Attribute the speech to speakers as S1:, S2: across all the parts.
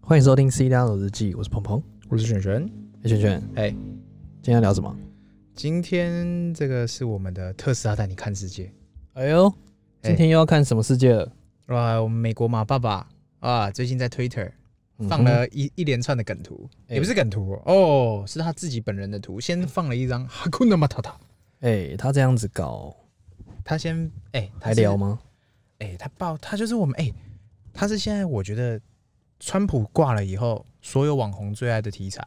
S1: 欢迎收听《C 大佬日记》，我是鹏鹏，
S2: 我是璇璇。
S1: 哎，轩轩，
S2: 哎
S1: 今天要聊什么？
S2: 今天这个是我们的特斯拉带你看世界。
S1: 哎呦，
S2: 哎
S1: 今天又要看什么世界了？
S2: 哇，我们美国马爸爸啊，最近在 Twitter
S1: 嗯哼
S2: 放了一、一连串的梗图，
S1: 哎
S2: 也不是梗图哦，哦是他自己本人的图。先放了一张哈库纳马塔塔，
S1: 哎，他这样子搞
S2: 他先哎、他
S1: 还
S2: 是
S1: 聊吗？
S2: 哎、他爆他就是我们哎、他是现在我觉得川普挂了以后，所有网红最爱的题材，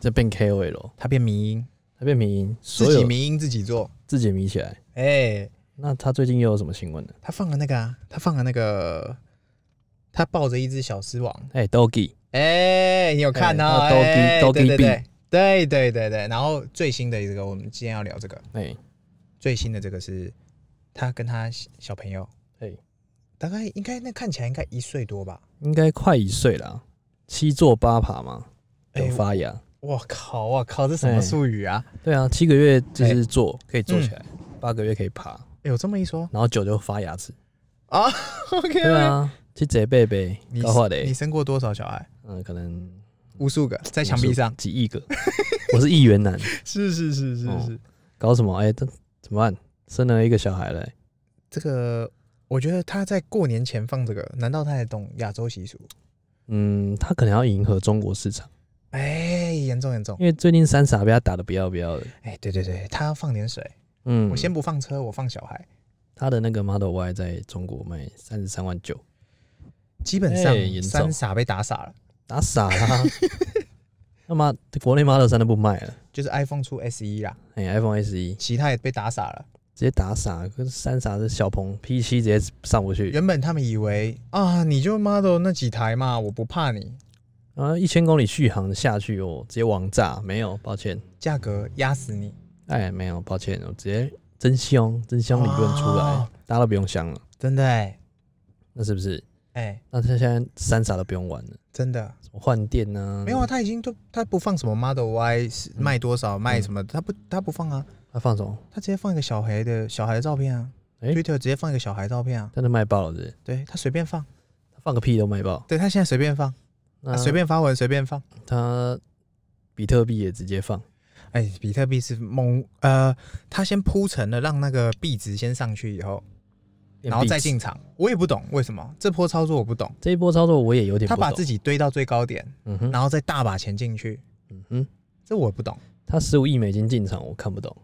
S1: 这变 KOL 了，
S2: 他变迷音，
S1: 他变哦迷音，所
S2: 自己
S1: 有
S2: 迷音自己做。
S1: 自己迷起来。
S2: 哎、
S1: 那他最近又有什么新闻呢？
S2: 他放了那个啊，他放了那个，他抱着一只小狮王，
S1: 哎，Doggy，
S2: 哎、你有看到、
S1: 哎那
S2: 哎
S1: 都低
S2: 对
S1: 都低
S2: 对对对对对对。然后最新的这个，我们今天要聊这个
S1: 哎，
S2: 最新的这个是，他跟他小小朋友，
S1: 哎
S2: 大概应该那看起来应该一岁多吧。
S1: 应该快一岁了啊，七坐八爬嘛，有
S2: 哎
S1: 发芽。
S2: 我靠，我靠，这什么术语啊？
S1: 对啊，七个月就是坐，可以坐起来；八个月可以爬，
S2: 有、哎这么一说
S1: 然后九就发牙齿。
S2: 啊？OK，
S1: 对啊，去贼贝贝
S2: 你
S1: 高化的，
S2: 你生过多少小孩？
S1: 嗯，可能
S2: 无数个，在墙壁上。
S1: 几亿个。 我是亿元男，
S2: 是是是是是，
S1: 哦搞什么？哎、这怎么办？生了一个小孩了、哎
S2: 这个我觉得他在过年前放这个，难道他还懂亚洲习俗？
S1: 嗯，他可能要迎合中国市场，
S2: 哎，严重严重！
S1: 因为最近三傻被他打的不要不要的。
S2: 哎，对对对，他要放点水。
S1: 嗯，
S2: 我先不放车，我放小孩。
S1: 他的那个 Model Y 在中国卖三十三万九，
S2: 基本上
S1: 哎严重
S2: 三傻被打傻了，
S1: 打傻 啦。那么国内 Model 三都不卖了，
S2: 就是 iPhone 出 SE 啦，
S1: 哎、i p h o n e SE 直
S2: 其他也被打傻了。
S1: 接打傻，跟三傻的小鹏 P 七直接上不去，
S2: 原本他们以为啊，你就 model 那几台嘛，我不怕你，
S1: 然后一千公里续航下去哦，直接网炸，没有，抱歉，
S2: 价格压死你。
S1: 哎，没有，抱歉，我直接真香真香理论出来，
S2: 哇
S1: 大家都不用想了，
S2: 真的哎、
S1: 那是不是？
S2: 哎，
S1: 那他现在三傻都不用玩了，
S2: 真的
S1: 什么换电呢、
S2: 没有啊，，他已经都他不放什么 Model Y 是
S1: 嗯
S2: 卖多少卖什么，他不他不放啊，
S1: 他放什么？
S2: 他直接放一个小孩的小孩的照片啊、
S1: 哎
S2: t w i t t e r 直接放一个小孩照片啊，
S1: 但是卖爆了是不是
S2: 对他随便放，
S1: 他放个屁都卖爆，
S2: 对他现在随便放，
S1: 那
S2: 啊他随便发文随便放，
S1: 他比特币也直接放，
S2: 哎、比特币是猛呃，他先铺成了让那个币值先上去以后，然后再进场，我也不懂为什么这波操作我不懂，
S1: 这一波操作我也有点
S2: 他
S1: 不懂，
S2: 把自己堆到最高点，
S1: 嗯哼，
S2: 然后再大把钱进去，
S1: 嗯哼，
S2: 这我不懂。
S1: 他十五亿美金进场我看不懂，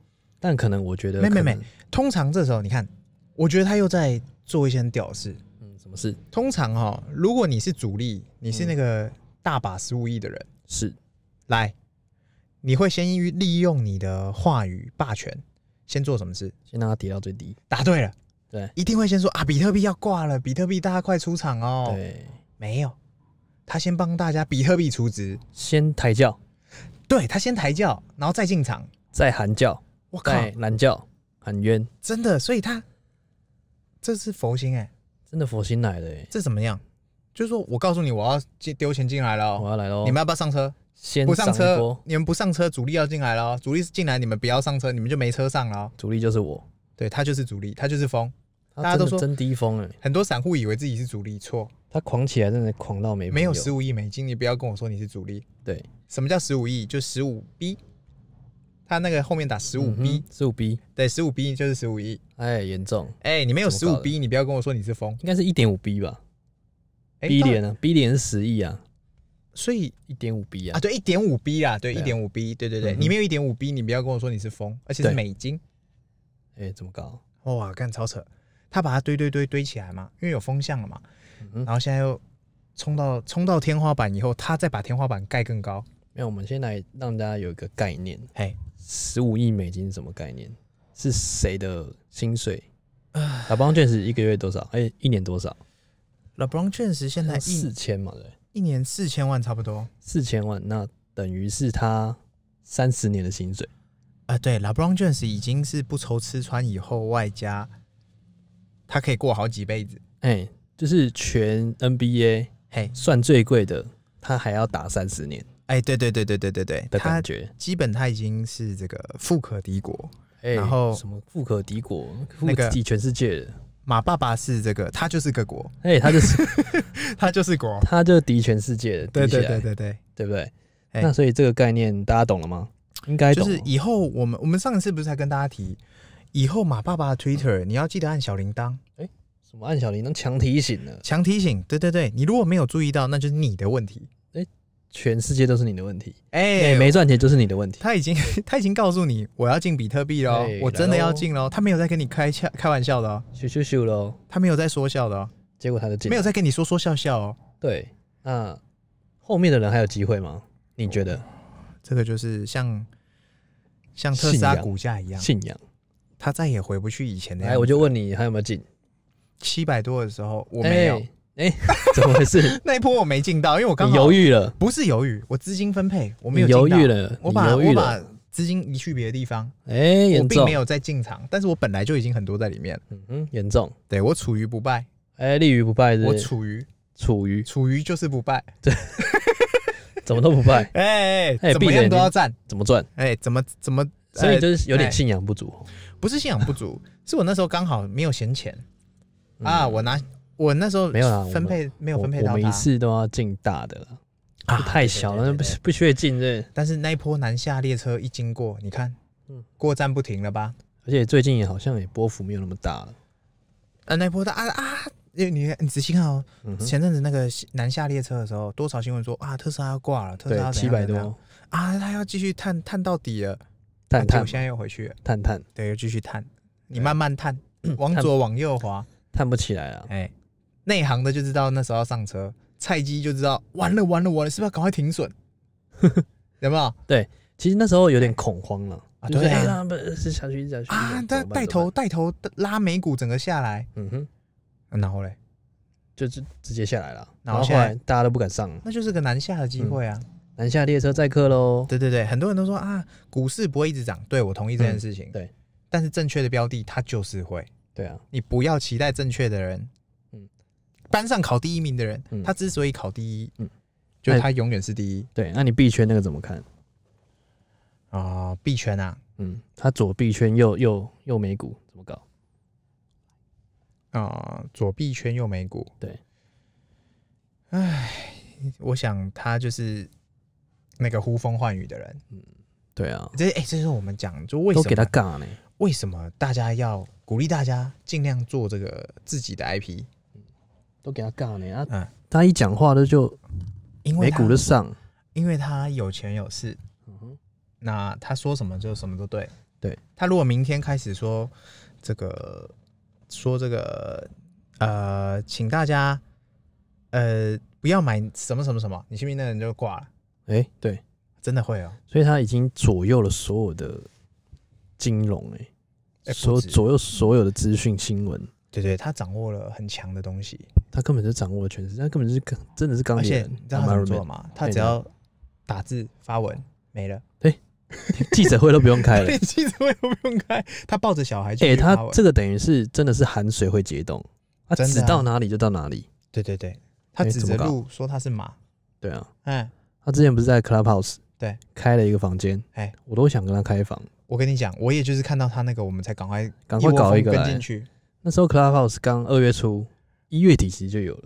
S1: 但可能我觉得
S2: 没没
S1: 可能
S2: 没，通常这时候你看，我觉得他又在做一些很屌事。
S1: 嗯，什么事？
S2: 通常哈、哦，如果你是主力，你是
S1: 嗯
S2: 那个大把十五亿的人。
S1: 是
S2: 来，你会先利用你的话语霸权，先做什么事？
S1: 先让它跌到最低，
S2: 答对了，
S1: 对
S2: 一定会先说啊，比特币要挂了，比特币大家快出场哦。
S1: 对，
S2: 没有，他先帮大家比特币除值，
S1: 先抬轿，
S2: 对他先抬轿，然后再进场。
S1: 再喊叫，
S2: 我靠，
S1: 再拦轿，喊冤，
S2: 真的，所以他这是佛心哎、
S1: 真的佛心来了、欸，
S2: 这怎么样？就是说我告诉你，我要进丢钱进来了
S1: 我
S2: 哦、
S1: 要来喽！
S2: 你们要不要上车？
S1: 先
S2: 不上
S1: 一
S2: 车
S1: 波，，
S2: 你们不上车，主力要进来了哦、主力进来，你们不要上车，你们就没车上了哦、
S1: 主力就是我，
S2: 对他就是主力，他就是风。
S1: 他
S2: 大家
S1: 真
S2: 都
S1: 的
S2: 说
S1: 真低风哎、欸，
S2: 很多散户以为自己是主力，错，
S1: 他狂起来真的狂到没朋
S2: 没有
S1: 友
S2: 十五亿美金，你不要跟我说你是主力。
S1: 对
S2: 什么叫十五亿？就十五 B，他那个后面打十五 B，
S1: 嗯十五 B，
S2: 对，十五 B 就是十五亿。
S1: 哎严重，
S2: 哎、你没有十
S1: 怎么
S2: 五
S1: 搞的
S2: B，你不要跟我说你是疯。
S1: 应该是一点五 B 吧、
S2: 哎
S1: b
S2: 当然
S1: 脸啊，B 脸是十亿啊，
S2: 所以
S1: 一点五 B 啊
S2: 啊，，对，一点五 B 啦，对，
S1: 对
S2: 一
S1: 啊
S2: 点五 B，对对对，
S1: 嗯哼
S2: 你没有一点五 B，你不要跟我说你是疯，而且是
S1: 对
S2: 美金。
S1: 哎、怎么搞？
S2: 哇，干超扯！他把它堆堆堆堆起来嘛，因为有风向了嘛，
S1: 嗯哼
S2: 然后现在又冲到冲到天花板以后，他再把天花板盖更高。
S1: 没有，我们先来让大家有一个概念，
S2: 嘿，
S1: 十五亿美金是什么概念？是谁的薪水？啊打帮券是一个月多少？哎、一年多少？
S2: LeBron 确实现在一
S1: 四千嘛，对不对。
S2: 一年四千万差不多。
S1: 四千万，那等于是他三十年的薪水。
S2: 啊、对，LeBron James 已经是不愁吃穿以后，外加他可以过好几辈子。
S1: 哎、就是全 NBA
S2: 嘿，
S1: 算最贵的他还要打三十年
S2: 哎，对对对对对对对，
S1: 的
S2: 他
S1: 感觉。
S2: 基本他已经是这个富可敌国，
S1: 哎
S2: 然后
S1: 什么富可敌国，富
S2: 那个
S1: 可敌全世界的，
S2: 马爸爸是这个，他就是个国，
S1: 哎、他就是
S2: 他就是国，
S1: 他就敌全世界的，
S2: 对
S1: 敌起
S2: 对
S1: 来
S2: 对对对，
S1: 对不对？
S2: 哎
S1: 那所以这个概念大家懂了吗？应该
S2: 就
S1: 懂啊
S2: 是
S1: 了。
S2: 以后我们我们上一次不是才跟大家提，以后马爸爸的 Twitter 你要记得按小铃铛，
S1: 什么按小铃铛强提醒呢？
S2: 强提醒，对对对，你如果没有注意到，那就是你的问题。
S1: 全世界都是你的问题，哎、
S2: 哎、
S1: 没赚钱就是你的问题。
S2: 他已经 他已经告诉你我要进比特币喽
S1: 哎，
S2: 我真的
S1: 来
S2: 要
S1: 咯
S2: 进喽，他没有在跟你开笑开玩笑的哦，
S1: 咻咻咻喽，
S2: 他没有在说笑的哦，
S1: 结果他就进
S2: 没
S1: 来
S2: 有在跟你说说笑笑哦，
S1: 对，那后面的人还有机会吗？你觉得？
S2: 这个就是像像特斯拉
S1: 信仰
S2: 股价一样，
S1: 信仰？
S2: 他再也回不去以前的样
S1: 来，
S2: 子。
S1: 哎我就问你还有没有进？
S2: 七百多的时候我没有、
S1: 哎、哎 怎么回事？
S2: 那一波我没进到，因为我刚
S1: 你
S2: 好
S1: 犹豫了，
S2: 不是犹豫，我资金分配我
S1: 你
S2: 没
S1: 犹
S2: 有进到
S1: 豫，了，
S2: 我
S1: 你
S2: 把
S1: 犹
S2: 我
S1: 豫了，
S2: 把资金移去别的地方，
S1: 哎、
S2: 我
S1: 严
S2: 并
S1: 重
S2: 没，有再进场，但是我本来就已经很多在里面了，
S1: 嗯哼，严重，
S2: 对我处于不败，
S1: 哎、立于不败是
S2: 我
S1: 不是
S2: 处于
S1: 处于
S2: 处于就是不败，
S1: 怎么都不 败，
S2: 哎、
S1: 哎
S2: 怎
S1: 闭
S2: 么
S1: 着
S2: 样
S1: 眼
S2: 都要
S1: 睛
S2: 站，
S1: 怎么赚？
S2: 哎、怎么怎么，
S1: 所以
S2: 呃
S1: 就是有点
S2: 哎
S1: 信仰不足、
S2: 不是信仰 不足，是我那时候刚好没有闲钱
S1: 嗯
S2: 啊，我拿我那时候
S1: 没有啦我们
S2: 分配没有分配
S1: 我
S2: 到
S1: 我们
S2: 它
S1: 一次都要进大的了，
S2: 啊
S1: 太小了，
S2: 对对对
S1: 那不
S2: 对对
S1: 不屑进这。
S2: 但是那一波南下列车一经过，你看，
S1: 嗯
S2: 过站不停了吧？
S1: 而且最近也好像也波幅没有那么大了。
S2: 啊，那一波的啊啊，因为你你仔细看哦，
S1: 嗯哼，
S2: 前阵子那个西南下列车的时候，多少新闻说啊，特斯拉要挂了，特斯拉
S1: 对，
S2: 要怎
S1: 七
S2: 样
S1: 百
S2: 怎样
S1: 多，
S2: 啊，他要继续探探到底了，
S1: 探
S2: 我
S1: 探
S2: 现在又回去了，
S1: 探探
S2: 对，又继续探，你
S1: 对
S2: 慢慢探，往
S1: 探
S2: 左往右滑，
S1: 探不起来了。
S2: 哎，内行的就知道那时候要上车，菜鸡就知道完了完了完了，是不是要赶快停 损？有没有
S1: 其实那时候有点恐慌了，
S2: 啊
S1: 就是
S2: 对啊
S1: 哎呀，不是下去下去
S2: 啊？他
S1: 但
S2: 带头，带头拉美股整个下来，
S1: 怎么办嗯哼，
S2: 啊然后嘞，
S1: 就直直接下来了。然
S2: 然
S1: 后
S2: 后
S1: 后
S2: 现在
S1: 来大家都不敢上，
S2: 那就是个南下的机会啊。
S1: 南下列车载客喽。
S2: 对对对，很多人都说啊，股市不会一直涨，对我同意这件事情。
S1: 嗯对，
S2: 但是正确的标的它就是会，
S1: 对啊，
S2: 你不要期待正确的人，嗯
S1: 嗯，
S2: 班上考第一名的人，
S1: 嗯
S2: 他之所以考第一，嗯
S1: 嗯，
S2: 就是他永远是第一
S1: 对，那你币圈那个怎么看？
S2: 啊，币、圈啊，
S1: 嗯，他左币圈右右右美股怎么搞？
S2: 啊、左币圈右美股，
S1: 哦对，
S2: 唉，我想他就是那个呼风唤雨的人，
S1: 对啊，
S2: 这哎、这是我们讲就为
S1: 都
S2: 什
S1: 给他
S2: 么
S1: 尬呢。
S2: 为什么大家要鼓励大家尽量做这个自己的 IP，
S1: 都给他尬呢啊！
S2: 嗯
S1: 他一讲话都就
S2: 因为
S1: 美
S2: 他
S1: 股就上，
S2: 因为他有钱有势，
S1: 嗯哼
S2: 那他说什么就什么都对。
S1: 对
S2: 他如果明天开始说这个，说这个，呃，请大家，呃，不要买什么什么什么，你信不信那个人就挂了？
S1: 哎、对，
S2: 真的会哦，
S1: 所以他已经左右了所有的金融、欸，
S2: 哎
S1: 所有
S2: 不止
S1: 左右所有的资讯新闻，
S2: 对对，他掌握了很强的东西，
S1: 他根本就掌握了全世界，他根本就是钢真的是钢
S2: 而
S1: 铁
S2: 且
S1: 人
S2: 你知道他怎么做
S1: Environment，
S2: 吗？他
S1: 哎
S2: 只要打字发文没了，
S1: 记者会都不用开了。
S2: 连记者会都不用开，他抱着小孩去
S1: 哎、
S2: 发
S1: 他
S2: 文，
S1: 这个等于是真的是含水会解冻，他
S2: 真的啊
S1: 指到哪里就到哪里。
S2: 对对对，他
S1: 哎
S2: 指
S1: 怎
S2: 着
S1: 么搞
S2: 路说他是马，
S1: 对啊，
S2: 嗯，
S1: 他之前不是在 Clubhouse
S2: 对
S1: 开了一个房间，
S2: 哎
S1: 我都想跟他开房，
S2: 我跟你讲，我也就是看到他那个，我们才赶快
S1: 赶快
S2: 窝
S1: 搞
S2: 蜂
S1: 一个
S2: 跟
S1: 来
S2: 进去。
S1: 那时候 Clubhouse 刚二月初，一月底其实就有了。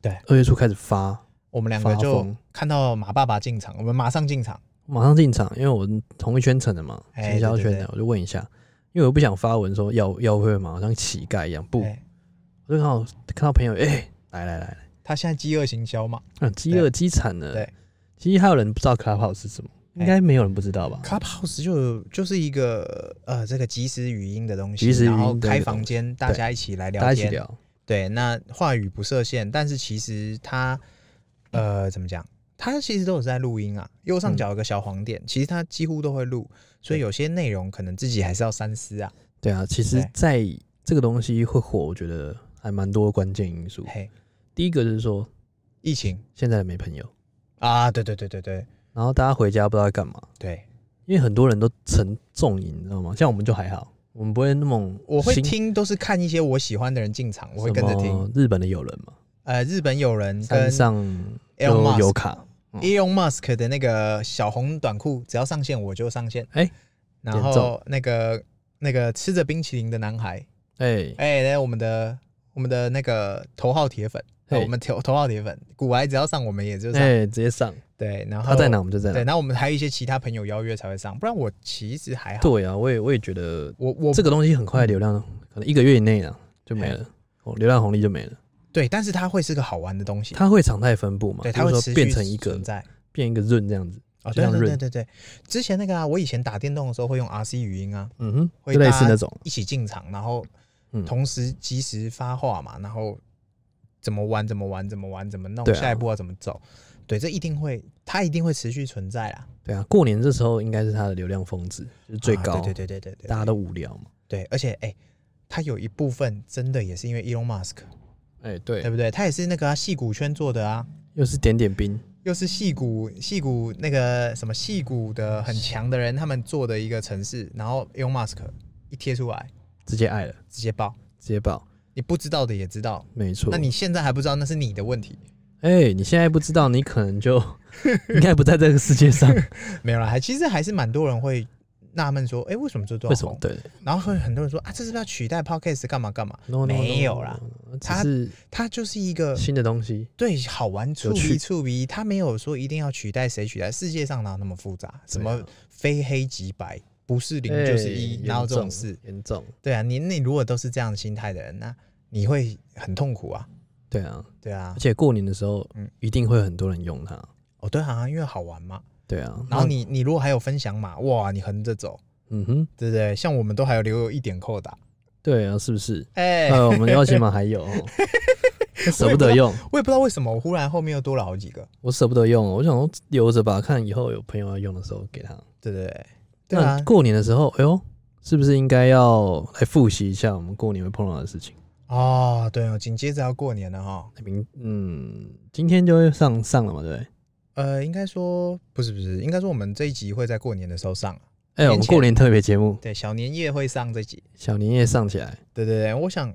S2: 对
S1: 二月初开始发，
S2: 我们两个
S1: 发
S2: 就
S1: 疯
S2: 看到马爸爸进场，我们马上进场。
S1: 马上进场，因为我同一圈层的嘛，
S2: 哎
S1: 行销圈
S2: 对对
S1: 的，我就问一下，因为我不想发文说要要会嘛，好像乞丐一样，不，
S2: 哎
S1: 我就看到看到朋友，哎、来来来来，
S2: 他现在饥饿行销嘛
S1: 啊，饥饿饥惨了。
S2: 对，哎
S1: 其实还有人不知道 Clubhouse 是什么，应该没有人不知道吧？
S2: ，Clubhouse 就就是一个呃这个即时语音的东西，
S1: 即时语
S2: 然后
S1: 音的
S2: 开
S1: 一个
S2: 房
S1: 东
S2: 间，大
S1: 对
S2: 家一起来
S1: 大
S2: 聊
S1: 家一起
S2: 天。
S1: 聊，
S2: 对，那话语不设限，但是其实他呃怎么讲？他其实都有在录音啊，右上
S1: 嗯
S2: 角有个小黄点，其实他几乎都会录，所以
S1: 对
S2: 有些内容可能自己还是要三思啊。
S1: 对啊，其实
S2: 对
S1: 在这个东西会火，我觉得还蛮多关键因素。
S2: 嘿，
S1: 第一个就是说
S2: 疫情
S1: 现在没朋友，
S2: 啊，对对对对对
S1: 然后大家回家不知道在干嘛，
S2: 对，
S1: 因为很多人都成重瘾，你知道吗？像我们就还好，我们不会那么
S2: 我会
S1: 心
S2: 听，都是看一些我喜欢的人进场，我会跟着
S1: 什
S2: 听。
S1: 么日本的友人嘛，
S2: 呃，日本友人
S1: 山
S2: 跟
S1: 上
S2: Elon
S1: 有
S2: Musk
S1: 卡，嗯
S2: Elon Musk 的那个小红短裤，只要上线我就上线。
S1: 哎
S2: 然
S1: 点
S2: 后
S1: 中
S2: 那个那个吃着冰淇淋的男孩，
S1: 哎
S2: 哎、那我们的我们的那个头号铁粉，呃
S1: 嘿
S2: 我们头头号铁粉，古玩只要上我们也就上。
S1: 哎，直接上，
S2: 对，然后
S1: 他在哪？我们就在
S2: 对，
S1: 哪。
S2: 然后我们还有一些其他朋友邀约才会上，不然我其实还好。
S1: 对啊，我也我也觉得
S2: 我我
S1: 这个东西很快流量，可能一个月以内啊就没了，哦，流量红利就没了。
S2: 对，但是它会是个好玩的东西，
S1: 它会常态分布嘛？
S2: 对，
S1: 比
S2: 它
S1: 如
S2: 会
S1: 说
S2: 持续
S1: 变成一个
S2: 存在。
S1: 变一个润这样子，
S2: 哦，
S1: 就
S2: 对
S1: 像
S2: 对对
S1: 润
S2: 对对，之前那个啊，我以前打电动的时候会用 RC 语音啊，
S1: 嗯哼，
S2: 会
S1: 就类似
S2: 搭
S1: 那种，
S2: 一起进场，然后
S1: 嗯
S2: 同时及时发话嘛，然后怎么玩怎么玩怎么玩怎么弄，
S1: 对啊
S2: 下一步要怎么走，对，这一定会，它一定会持续存在啊，
S1: 对啊，过年这时候应该是它的流量峰值，就是最
S2: 啊
S1: 高，
S2: 对对对对对
S1: 大
S2: 对
S1: 家都无聊嘛，
S2: 对，而且哎、它有一部分真的也是因为 Elon Musk，
S1: 哎，对
S2: 对不对？它也是那个啊，戏骨圈做的啊，
S1: 又是点点兵，
S2: 又是戏骨戏骨那个什么戏骨的很强的人，他们做的一个城市，然后 Elon Musk 一贴出来，
S1: 直接爱了，
S2: 直接爆，
S1: 直接爆，
S2: 你不知道的也知道，
S1: 没错。
S2: 那你现在还不知道，那是你的问题。
S1: 哎，你现在不知道，你可能 就应该不在这个世界上，
S2: 没有啦，还其实还是蛮多人会纳闷说，哎、为什么这段
S1: 为什么？对
S2: 然后会很多人说啊，这是不是要取代 podcast 干嘛干嘛？
S1: ，no no，
S2: 没有啦，
S1: 只
S2: 它
S1: 是
S2: 它就是一个
S1: 新的东西，
S2: 对好玩触
S1: 有趣
S2: 鼻触鼻，它没有说一定要取代谁取代，世界上哪有那么复杂？什
S1: 对
S2: 么
S1: 啊
S2: 非黑即白，不是零
S1: 哎
S2: 就是一，哪有这种事？
S1: 严重，
S2: 对啊，你你如果都是这样心态的人，那你会很痛苦啊。
S1: 对啊，
S2: 对啊
S1: 而，且过年的时候
S2: 嗯，
S1: 一定会很多人用它，
S2: 哦对啊，因为好玩嘛。
S1: 对啊，
S2: 然后
S1: 那，
S2: 你你如果还有分享码，哇，你横着走，
S1: 嗯哼，
S2: 对不对？像我们都还有留有一点扣打，
S1: 对啊，是不是？
S2: 哎、
S1: 呃，我们邀请码还 有哦，我舍不得用，
S2: 我也不知道为什么，我忽然后面又多了好几个，
S1: 我舍不得用，我想说留着吧，看以后有朋友要用的时候给他。
S2: 对不对？对啊
S1: 那，过年的时候，哎呦，是不是应该要来复习一下我们过年会碰到的事情？
S2: 哦，对哦，紧接着要过年了哈。
S1: 明，嗯，今天就会上上了嘛，对不对？
S2: 呃，应该说不是不是，应该说我们这一集会在过年的时候上，啊
S1: 哎、我们过年特别节目，
S2: 对，小年夜会上这集，
S1: 小年夜上起来，
S2: 对对对，我想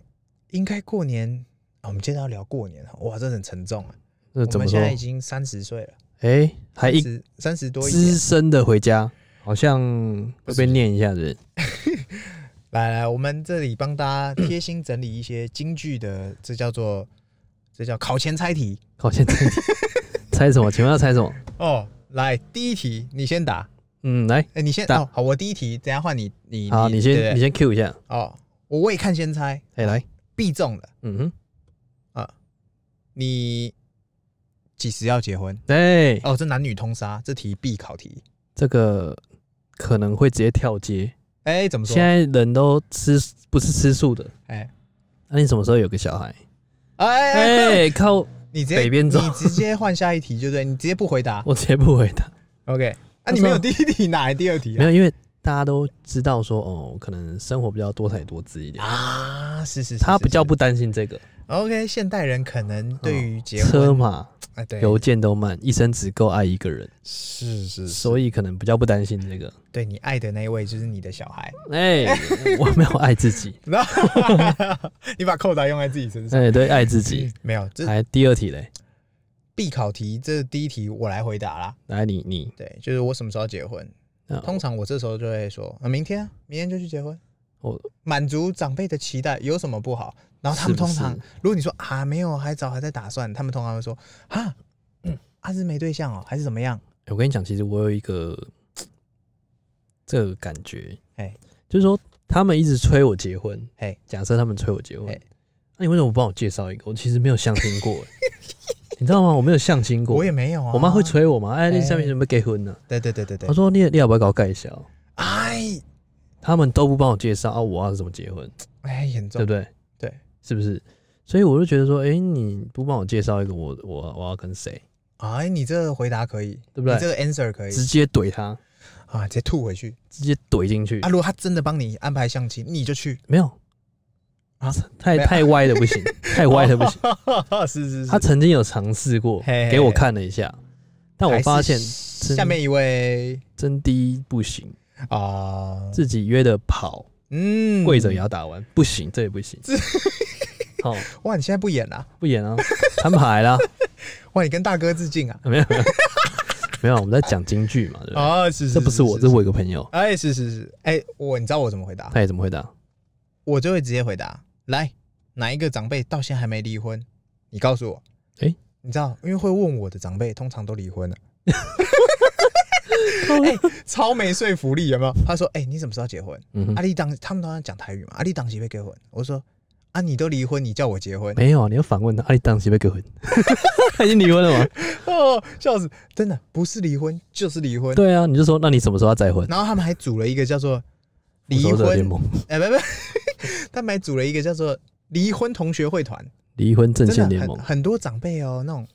S2: 应该过年啊，我们接着要聊过年哈，哇，这很沉重啊，
S1: 那
S2: 我
S1: 怎么
S2: 们
S1: 说
S2: 现？在已经三十岁了，
S1: 哎、还一
S2: 十三十多一
S1: 资
S2: 点，
S1: 深的回家，好像会被念一下子。
S2: 来来，我们这里帮大家贴心整理一些京剧的，这叫做这叫考前猜题
S1: 好，现在 猜什么？请问要猜什么？
S2: 哦。来，第一题你先答，
S1: 嗯，来，
S2: 哎、你先
S1: 答
S2: 哦，好，我第一题，等一下换你，你
S1: 好，你
S2: 对
S1: 先你先 Q 一下。
S2: 哦，我未看先猜，
S1: 哎、来，
S2: 必中的，
S1: 嗯哼，
S2: 你几时要结婚？
S1: 哎、
S2: 哦，这男女通杀，这题必考题。
S1: 这个可能会直接跳街。
S2: 哎、怎么说
S1: 现？在人都吃不是吃素的，
S2: 哎
S1: 那、你什么时候有个小孩？
S2: 哎哎，
S1: 哎、靠！
S2: 你直接
S1: 北边走
S2: 你直接换下一题，对不对？你直接不 回答。
S1: 我直接不回答，
S2: OK，啊，
S1: 那
S2: 你
S1: 时候
S2: 没有第一题，哪来第二题
S1: 没
S2: 啊？
S1: 有，因为大家都知道说，哦，可能生活比较多彩多姿一点，
S2: 啊，是是是，
S1: 他
S2: 是
S1: 比较
S2: 是
S1: 不担心这个。
S2: OK。现代人可能对于结
S1: 嗯车
S2: 婚，
S1: 马
S2: 哎、对，
S1: 邮件都慢，一生只够爱一个人，
S2: 是是
S1: 所以可能比较不担心这个。
S2: 对你爱的那一位就是你的小孩，
S1: 哎、我没有爱自己，
S2: 然后你把扣打用在自己身上。
S1: 哎、对，爱自己。
S2: 没有，嗯这
S1: 来第二题嘞，
S2: 必考题，这第一题我来回答啦。
S1: 来你你，
S2: 对，就是我什么时候结婚？
S1: 啊
S2: 通常我这时候就会说，啊，明天、啊，明天就去结婚。
S1: 我
S2: 满足长辈的期待有什么不好？然后哦他们
S1: 是不
S2: 通
S1: 是
S2: 常，如果你说啊没有，还早，还在打算，他们通常会说啊，阿、啊、是没对象哦，还是怎么样？
S1: 我跟你讲，其实我有一个这个感觉，
S2: 哎
S1: 就是说他们一直催我结婚，
S2: 哎
S1: 假设他们催我结婚，那、
S2: 哎
S1: 你为什么不帮我介绍一个？我其实没有相亲过、哎 你知道吗？我没有相亲过，
S2: 我也没有啊，
S1: 我妈会，催我嘛，哎，你
S2: 哎
S1: 下面准备结婚呢、
S2: 对对对对对
S1: 她，说你你也不要搞介绍，
S2: 哎
S1: 他们都不帮我介绍啊，我要怎么结婚，
S2: 哎，严
S1: 对
S2: 重
S1: 不，对？
S2: 对，
S1: 是不是？所以我就觉得说，哎、你不帮我介绍一个我，我我要跟谁，
S2: 哎，你这个回答可以，
S1: 对不
S2: 你这
S1: 对？
S2: 个 answer 可以
S1: 直接怼他，
S2: 啊，直接吐回去
S1: 直接怼进去，
S2: 啊。如果他真的帮你安排相亲，你就 去，
S1: 没有
S2: 啊，
S1: 太
S2: 没有
S1: 太歪的不 行，太歪的不行。
S2: 是是是，
S1: 他曾经有尝试过
S2: 嘿嘿，
S1: 给我看了一下，但我发现
S2: 还是下面一位
S1: 真第一不行，
S2: 啊，
S1: 自己约的跑，
S2: 嗯
S1: 跪着也要打完，不行，这也不 行。哦好，
S2: 哇，你现在不演了、啊，
S1: 不演啊，摊牌啦，
S2: 哇，你跟大哥致敬啊。
S1: 没有，没有没有，我们在讲京剧嘛，对不对？
S2: 啊，是是，
S1: 这不是我，这是我一个朋友，
S2: 哎，是是是，哎，我你知道我怎么回答？
S1: 他也怎么回答？
S2: 我就会直接回答：来，哪一个长辈到现在还没离婚？你告诉我。
S1: 诶
S2: 你知道，因为会问我的长辈通常都 离婚了。哎、超没说服力，有没有？他说：“哎、你什么时候结婚？”
S1: 嗯
S2: 阿
S1: 哼，
S2: 丽当他们都在讲台语嘛，阿丽当时被结婚。我说：“啊，你都离婚，你叫我结 婚
S1: 没有啊，你要反问他，啊，你当时被结婚？ 他已经离婚了吗？？”
S2: 哦，笑死！真的不是离婚就是离婚。
S1: 对啊，你就说，那你什么时候要再婚？
S2: 然后他们还组了一个叫做离
S1: 复仇者联
S2: 婚，
S1: 盟、
S2: 哎、不 不，他们还组了一个叫做离婚同学会团。
S1: 离婚阵线
S2: 真的
S1: 联
S2: 很
S1: 盟，
S2: 很多长辈哦，那种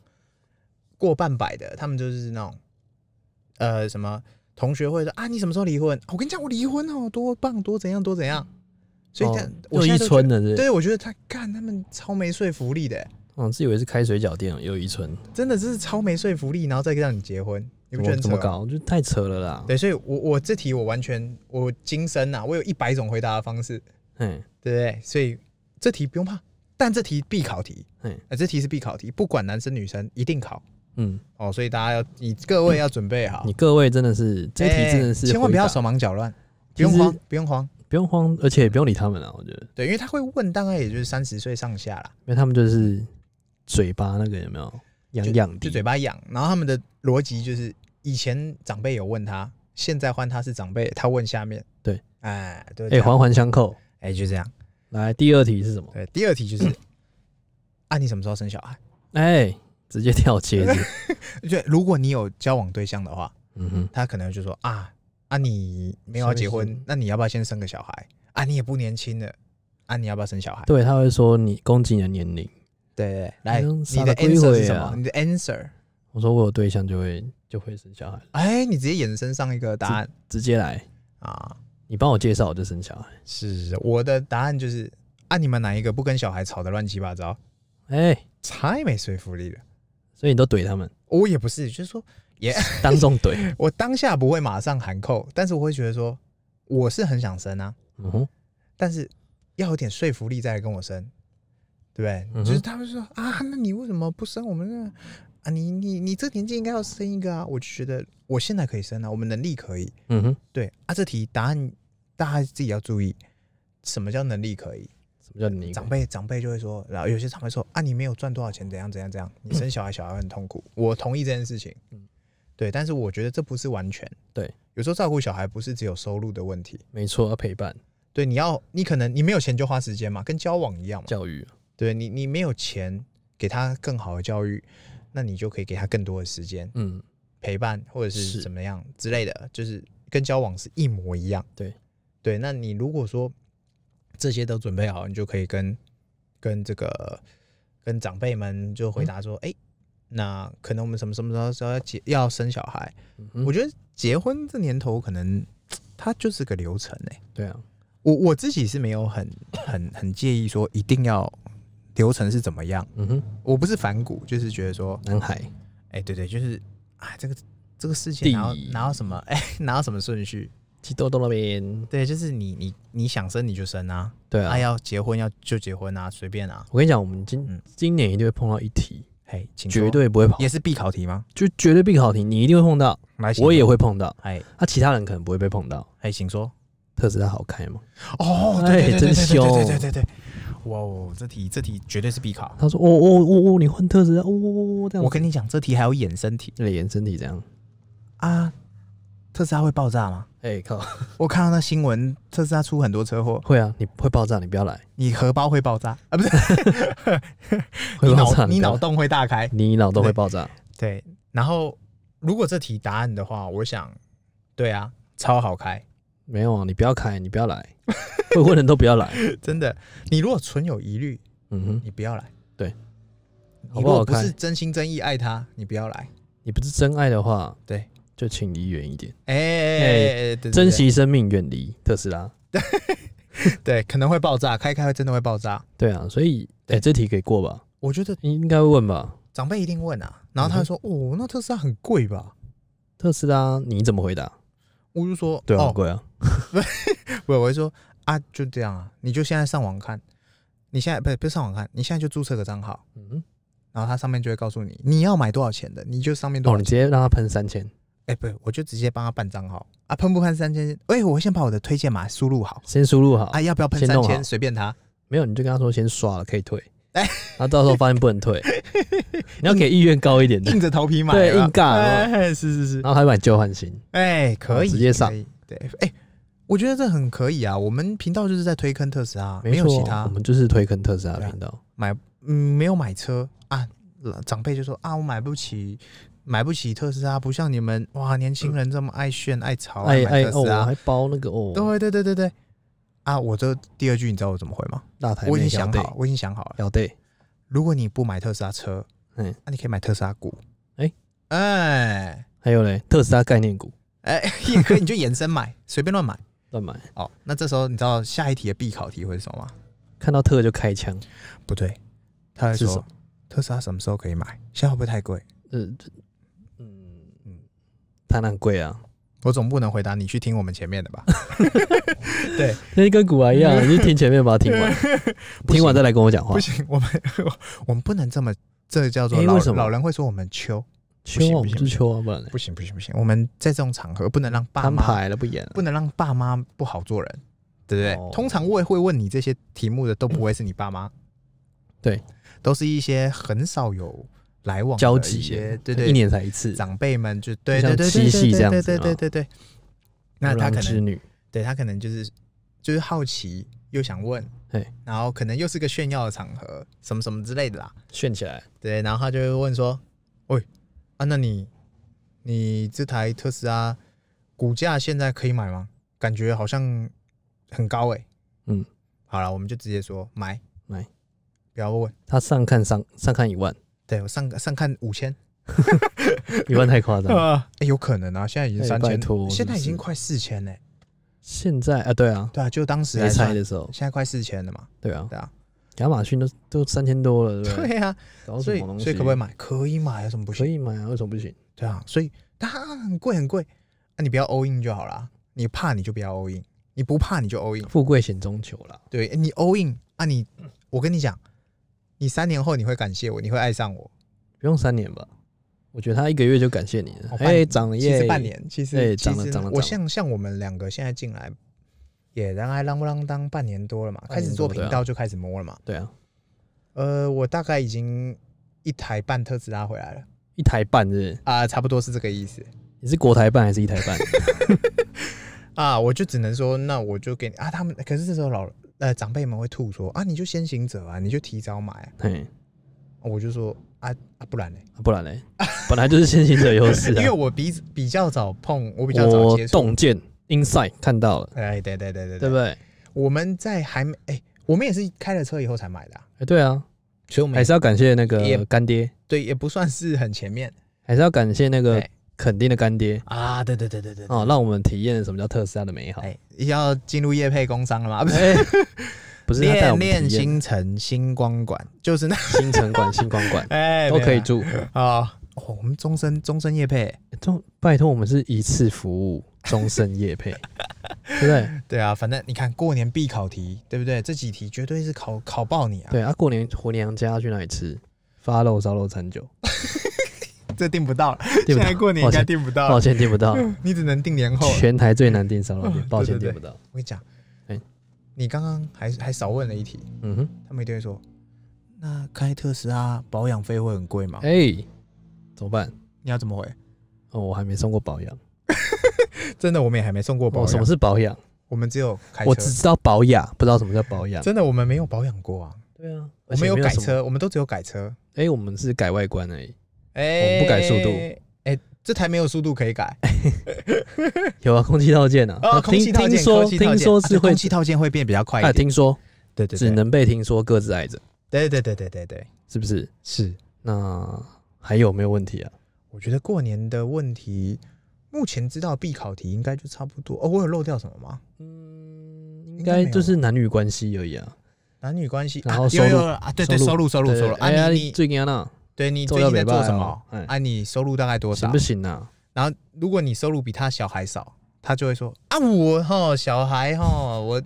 S2: 过半百的，他们就是那种呃什么同学会说啊，你什么时候离婚？我跟你讲，我离婚哦，多棒，多怎样，多怎样。所以他、
S1: 哦
S2: 我
S1: 又
S2: 现
S1: 一
S2: 在都觉
S1: 村
S2: 得，
S1: 的是不是，
S2: 对我觉得他干他们超没说服力的，
S1: 嗯，自以为是开水饺店，又一村，
S2: 真的这是超没说服力，然后再让你结婚，你
S1: 怎
S2: 不觉得
S1: 么
S2: 很
S1: 怎么
S2: 扯吗？
S1: 搞？就太扯了啦。
S2: 啊对，所以我我这题我完全我今生呐、我有一百种回答的方式，
S1: 嗯，
S2: 对不对？所以这题不用怕，但这题必考题，
S1: 嗯
S2: 嗯、这题是必考题，不管男生女生一定考。
S1: 嗯，
S2: 哦，所以大家要你各位要准备好，
S1: 你各位真的是这一题真的是
S2: 哎
S1: 回答、
S2: 千万不要手忙脚乱，不
S1: 其
S2: 用
S1: 实
S2: 慌，不用慌，
S1: 不用慌，而且也不用理他们了。我觉得，
S2: 对，因为他会问，大概也就是三十岁上下啦，
S1: 因为他们就是嘴巴那个有没有痒痒
S2: 就
S1: 的，
S2: 嘴巴痒，然后他们的逻辑就是以前长辈有问他，现在换他是长辈，他问下面，
S1: 对，
S2: 哎，对，
S1: 哎、环环相扣。
S2: 哎就这样，
S1: 来，第二题是什 么？
S2: 对，第二题就是，啊，你什么时候生小孩？
S1: 哎、直接跳接子。
S2: 就如果你有交往对象的话，
S1: 嗯哼，
S2: 他可能就说啊啊，你没有要结
S1: 是是
S2: 婚，那你要不要先生个小孩？啊，你也不年轻了，啊，你要不要生小孩？
S1: 对，他会说你攻击你的年龄。
S2: 对对，对来，
S1: 哎呦
S2: 你
S1: 傻
S2: 的
S1: 了龟
S2: answer
S1: 尾
S2: 是什
S1: 啊
S2: 么？你的 answer，
S1: 我说我有对象就会就会生小孩，
S2: 哎，你直接衍生上一个答案
S1: 直接来，
S2: 啊！
S1: 你帮我介绍我就生小孩。
S2: 是我的答案就是啊，你们哪一个不跟小孩吵得乱七八糟，
S1: 哎、
S2: 太没说服力了。
S1: 所以你都怼 他们，
S2: 我也不是，就是说
S1: 当众怼。
S2: 我当下不会马上喊扣，但是我会觉得说我是很想生啊，
S1: 嗯哼，
S2: 但是要有点说服力再来跟我生，对不对？
S1: 嗯哼
S2: 就是他们说啊，那你为什么不生我们呢？啊，你你你这年纪应该要生一个啊！我就觉得我现在可以生啊，我们能力可以。
S1: 嗯哼，
S2: 对啊，这题答案大家自己要注意，什么叫能力可以？
S1: 什么叫你
S2: 长辈长辈就会说，然后有些长辈说啊，你没有赚多少钱，怎样怎样怎样，你生小孩小孩很痛苦。我同意这件事情，
S1: 嗯
S2: 对，但是我觉得这不是完全
S1: 对，
S2: 有时候照顾小孩不是只有收入的问题，
S1: 没错，要陪伴
S2: 对，你要你可能你没有钱就花时间嘛，跟交往一样嘛，
S1: 教育。
S2: 对你你没有钱给他更好的教育，那你就可以给他更多的时间
S1: 嗯，
S2: 陪伴或者是
S1: 是
S2: 怎么样之类的，就是跟交往是一模一样。
S1: 对
S2: 对，那你如果说这些都准备好，你就可以跟跟这个跟长辈们就回答说，
S1: 嗯
S2: 哎、那可能我们什么什么时候时候要结要生小孩？
S1: 嗯哼
S2: 我觉得结婚这年头可能它就是个流程哎、
S1: 对啊，
S2: 我我自己是没有很很很介意说一定要流程是怎么样，
S1: 嗯哼，
S2: 我不是反骨，就是觉得说
S1: 男孩，
S2: 哎、对对，就是哎，这个这个事
S1: 第
S2: 情哪有
S1: 一
S2: 哪有什么哎、哪有什么顺序？
S1: 去豆豆那边。
S2: 对，就是你你你想生你就生啊，
S1: 对
S2: 啊
S1: 啊，
S2: 要结婚要就结婚啊，随便啊，
S1: 我跟你讲，我们今
S2: 嗯
S1: 今年一定会碰到一题，
S2: 嘿，请
S1: 绝
S2: 说
S1: 对不会跑，
S2: 也是必考题吗？
S1: 就绝对必考题，你一定会碰到，
S2: 来，请
S1: 我
S2: 说
S1: 也，会碰到，
S2: 哎
S1: 那其他人可能不会被碰到。
S2: 哎，请说。
S1: 特斯拉好开吗？
S2: 哦，
S1: 哎真
S2: 对对对对对对对
S1: 凶
S2: 对对对，哇哦，这题这题绝对是必考。
S1: 他说：“哦哦哦哦，你换特斯拉，哦哦哦这样。”
S2: 我跟你讲，这题还有衍生题
S1: 那脸身体怎样？
S2: 啊，特斯拉会爆炸吗？
S1: 哎、靠，
S2: 我看到那新闻，特斯拉出很多车祸，
S1: 会啊，你会爆炸，你不要来，
S2: 你荷包会爆炸啊？不是，
S1: 会爆炸，不
S2: 你脑你
S1: 要
S2: 脑
S1: 来
S2: 洞会大开。
S1: 你脑洞会爆炸。
S2: 对，然后如果这题答案的话，我想，对啊，超好开，
S1: 没有啊，你不要开，你不要来， 会问的人都不要来。
S2: 真的。你如果存有疑虑，
S1: 嗯哼，
S2: 你不要来。
S1: 对，
S2: 你
S1: 好
S2: 如
S1: 不好
S2: 果不
S1: 开
S2: 是真心真意爱他，你不要来。
S1: 你不是真爱的话，
S2: 对，
S1: 就请离远一点，
S2: 哎哎哎哎，哎对对
S1: 珍惜生命，远离特斯拉。
S2: 对对，可能会爆炸，开开会真的会爆炸。
S1: 对啊，所以哎、这题可以过吧？
S2: 我觉得
S1: 应该会问吧？
S2: 长辈一定问啊，然后
S1: 嗯
S2: 他就说：“哦，那特斯拉很贵吧
S1: 特斯拉你怎么回答？？”
S2: 我就说：“
S1: 对啊，
S2: 哦
S1: 很，贵啊。
S2: 不，我会说啊，就这样啊，你就现在上网看，你现在不是不是上网看，你现在就注册个账号，
S1: 嗯哼，
S2: 然后它上面就会告诉你你要买多少钱的，你就上面
S1: 哦，
S2: 多少
S1: 你
S2: 钱。
S1: 直接让他喷三千，
S2: 哎、不，我就直接帮他办账号啊，喷不喷三千？哎、我先把我的推荐码输入好
S1: 先输入好，
S2: 啊，要不要喷
S1: 先
S2: 三
S1: 弄
S2: 千？
S1: 好
S2: 随 便他。
S1: 没有你就跟他说先刷了可以退，
S2: 哎
S1: 然后到时候发现不能 退，你要给意愿高一点的，
S2: 硬着头皮买，
S1: 对
S2: 有没有
S1: 硬尬有
S2: 哎，是是是，
S1: 然后还买旧换新，
S2: 哎、可以，
S1: 直接上
S2: 可以，对，哎、我觉得这很可以啊，我们频道就是在推坑特斯拉，没有
S1: 错
S2: 其
S1: 啊，
S2: 他
S1: 我，们就是推坑特斯拉
S2: 对啊
S1: 的频道，
S2: 买嗯没有买车啊，老长辈就说啊，我买不起，买不起特斯拉，不像你们哇，年轻人这么爱炫爱潮，
S1: 哎哎
S2: 爱啊买特
S1: 哦，
S2: 斯
S1: 我
S2: 拉，
S1: 还包那个哦，
S2: 对对对对对，啊，我这第二句你知道我怎么回吗？
S1: 大台
S2: 我已
S1: 妹
S2: 经
S1: 小
S2: 想
S1: 对
S2: 好，我已经想好了，
S1: 小对，
S2: 如果你不买特斯拉车，嗯
S1: 嗯，
S2: 那、你可以买特斯拉股，
S1: 哎
S2: 哎
S1: 还有嘞特斯拉概念股
S2: 哎，也 可以，你就衍生买，随便乱买。
S1: 乱买，
S2: 哦，那这时候你知道下一题的必考题会是什么吗？
S1: 看到特就开枪，
S2: 不对，他会
S1: 是什
S2: 说特斯拉什么时候可以买？现在会不会太贵？
S1: 呃嗯嗯，它那很贵啊，
S2: 我总不能回答你去听我们前面 的吧？
S1: 那就跟古玩一 样，你就听前面把它听完， 听完再来跟我讲话
S2: 不。行，我们 我们不能这么，这叫做
S1: 诶
S2: 老
S1: 为什么
S2: 老人会说我们秋，
S1: 秋啊，我
S2: 不
S1: 们
S2: 行
S1: 是秋啊，不然嘞
S2: 不行不行不行，我们在这种场合不能让爸
S1: 摊
S2: 妈
S1: 牌了不演了。
S2: 不能让爸妈不好做人，对不对？
S1: 哦
S2: 通常我也会问你这些题目的都不会是你爸妈，
S1: 对，
S2: 都是一些很少有来往的
S1: 交
S2: 一
S1: 集
S2: 些
S1: 耶，
S2: 对对
S1: 一年才一次。
S2: 长辈们就对
S1: 就
S2: 对
S1: 像
S2: 对
S1: 七
S2: 对
S1: 夕
S2: 对
S1: 这样
S2: 对
S1: 子
S2: 对对
S1: 啊
S2: 对对，那
S1: 牛
S2: 他
S1: 郎
S2: 可
S1: 织
S2: 能
S1: 女，
S2: 对他可能就是就是好奇又想问
S1: 嘿，
S2: 然后可能又是个炫耀的场合，什么什么之类的啦，
S1: 炫起来，
S2: 对，然后他就会问说，喂啊，那你你这台特斯拉股价现在可以买吗？感觉好像很高哎、
S1: 嗯，
S2: 好了，我们就直接说买
S1: 买，
S2: 不要问，
S1: 他上看上上看一 万，
S2: 对我上上看五千。
S1: 一万太夸张 了。
S2: 啊，哎，有可能啊，现在已
S1: 嗯
S2: 经
S1: 哎
S2: 三
S1: 拜
S2: 千
S1: 托，
S2: 现在已
S1: 是不是
S2: 经快四千嘞。
S1: 现在啊，对啊，
S2: 对啊，就当时
S1: 没
S2: 来
S1: 猜
S2: 算，
S1: 的时候，
S2: 现在快四千了嘛。
S1: 对啊，
S2: 对啊，
S1: 亚马逊都都三千多了，对不对？
S2: 对啊，
S1: 搞什
S2: 所以
S1: 么东西？
S2: 所以可不可以买？可以买，有什么不
S1: 可
S2: 行？
S1: 以买啊？为什么不行？
S2: 对啊，所以它很贵很贵，那你不要 all in 就好啦。你怕你就不要 all in，你不怕你就 all in。
S1: 富贵险中求啦，
S2: 对你 all in 啊你，我跟你讲，你三年后你会感谢我，你会爱上我。
S1: 不用三年吧？我觉得他一个月就感谢你了
S2: 哦。半
S1: 哎，涨了
S2: 其
S1: 耶！
S2: 实半年，其实
S1: 哎
S2: 其
S1: 涨了
S2: 实
S1: 涨了
S2: 我
S1: 涨
S2: 像像我们两个现在进来，也大概啷不啷当半年多了嘛，
S1: 半
S2: 开
S1: 年
S2: 始做
S1: 多
S2: 频
S1: 对啊
S2: 道就开始摸了嘛。
S1: 对啊，
S2: 呃，我大概已经一台半特斯拉回来了
S1: 一台半是不是？
S2: 啊、差不多是这个意思。
S1: 你是国台办还是一台半？
S2: 啊，我就只能说，那我就给你啊。他们可是这时候老呃长辈们会吐说啊，你就先行者啊，你就提早买、啊。
S1: 嘿，
S2: 我就说啊啊，不然呢？
S1: 不然嘞，本来就是先行者优势
S2: 因
S1: 啊
S2: 为。我比比较早碰，我比较早
S1: 我
S2: 接触。
S1: 洞见 inside 看到了，
S2: 哎，对对对
S1: 对
S2: 对对，
S1: 不对？
S2: 我们在还没哎，我们也是开了车以后才买的、啊，
S1: 哎，对啊，
S2: 所以我们
S1: 还
S2: 也
S1: 是要感谢那
S2: 也
S1: 个干爹，
S2: 对也不算是很前面
S1: 还是要感谢那个
S2: 对
S1: 肯定的干爹
S2: 啊。对对对对对对，
S1: 哦，让我们体验了什么叫特斯拉的美好。
S2: 哎，要进入业配工商了吗？啊不是，
S1: 哎，不 是他带我
S2: 恋
S1: 们体
S2: 恋
S1: 验
S2: 星辰星光馆就是那
S1: 新城馆、新光馆
S2: 哎
S1: 都可以
S2: 做
S1: 住。
S2: 啊。哦，我们终身终身业配，
S1: 终拜托，我们是一次服务，终身业 配，对不对？
S2: 对啊，反正你看过年必考题，对不对？这几题绝对是考考爆你啊！
S1: 对啊，过年回娘家去哪里吃？发肉、烧肉、餐酒，
S2: 这订不到了，
S1: 订不
S2: 现在
S1: 到。
S2: 过年应
S1: 抱
S2: 该
S1: 歉，
S2: 订不到
S1: 抱
S2: 了，
S1: 歉订不到，
S2: 你只能订年后了。
S1: 全台最难订烧肉店，抱歉
S2: 嗯对对
S1: 订
S2: 对
S1: 不到。
S2: 我跟你讲，
S1: 哎
S2: 你刚刚还还少问了一题，
S1: 嗯哼。
S2: 他们一定会说，那开特斯拉保养费会很贵吗？
S1: 哎、怎么办？
S2: 你要怎么回？
S1: 哦，我还没送过保养。
S2: 真的，我们也还没送过保
S1: 我什么
S2: 养，
S1: 是保养？
S2: 我们只有开车
S1: 我，只啊知道保养，不知道什么叫保养。
S2: 真的我们没有保养过啊，
S1: 对啊，
S2: 我们有改
S1: 什么。
S2: 车，我们都只有改车，
S1: 哎、我们是改外观而已。
S2: 哎，
S1: 我们不改速度，
S2: 哎，这台没有速度可以改。
S1: 有啊，空气套件啊。
S2: 哦，
S1: 啊
S2: 空气
S1: 听
S2: 套
S1: 听
S2: 件，
S1: 说
S2: 空气套
S1: 听
S2: 件
S1: 说
S2: 啊
S1: 是
S2: 对
S1: 会
S2: 空气套件会变比较快
S1: 啊，
S2: 一点。
S1: 听说
S2: 对对
S1: 只
S2: 对，
S1: 能被听说各自爱着，
S2: 对对对对对对，
S1: 是不是？
S2: 是。
S1: 那还有没有问题啊？
S2: 我觉得过年的问题，目前知道必考题应该就差不多。哦，我有漏掉什么吗？
S1: 嗯，应
S2: 应该
S1: 该
S2: 没有
S1: 就是男女关系而已啊。
S2: 男女关系，
S1: 然后
S2: 啊、
S1: 收
S2: 有
S1: 入
S2: 有有啊，对对，
S1: 收入
S2: 收入收入
S1: 对
S2: 收入
S1: 哎呀，
S2: 啊，你
S1: 你
S2: 你
S1: 最近啊，
S2: 对你
S1: 做
S2: 最
S1: 到
S2: 近在
S1: 北
S2: 做
S1: 拜
S2: 什
S1: 哦
S2: 么
S1: 哎？
S2: 啊，你收入大概多
S1: 行
S2: 少
S1: 不？行啊？
S2: 然后如果你收入比他小孩少，他就会说啊，我哈小孩哈我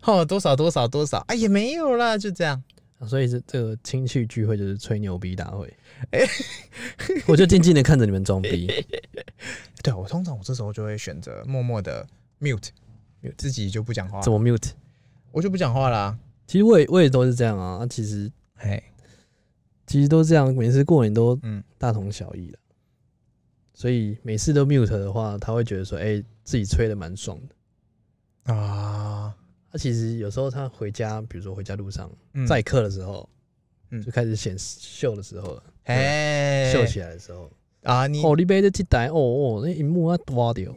S2: 哈多少多少多少啊也没有啦，就这样。
S1: 然所以这这个亲戚聚会就是吹牛逼大会，
S2: 哎
S1: 我就静静的看着你们装 逼。
S2: 对啊，我通常我这时候就会选择默默的 mute，自己就不讲话，
S1: 怎么 mute？
S2: 我就不讲话啦、
S1: 其实我也我也都是这样啊，啊其实
S2: 嘿，
S1: 其实都这样，每次过年都
S2: 嗯
S1: 大同小异的。所以每次都 mute 的话，他会觉得说，哎、自己吹的蛮爽的。
S2: 啊，
S1: 他、其实有时候他回家，比如说回家路上
S2: 嗯
S1: 载客的时候，
S2: 嗯
S1: 就开始显秀的时候了，
S2: 嘿
S1: 秀起来的时候，
S2: 哎啊，你
S1: 哦，你背这几台，哦哦，那荧幕要挖掉，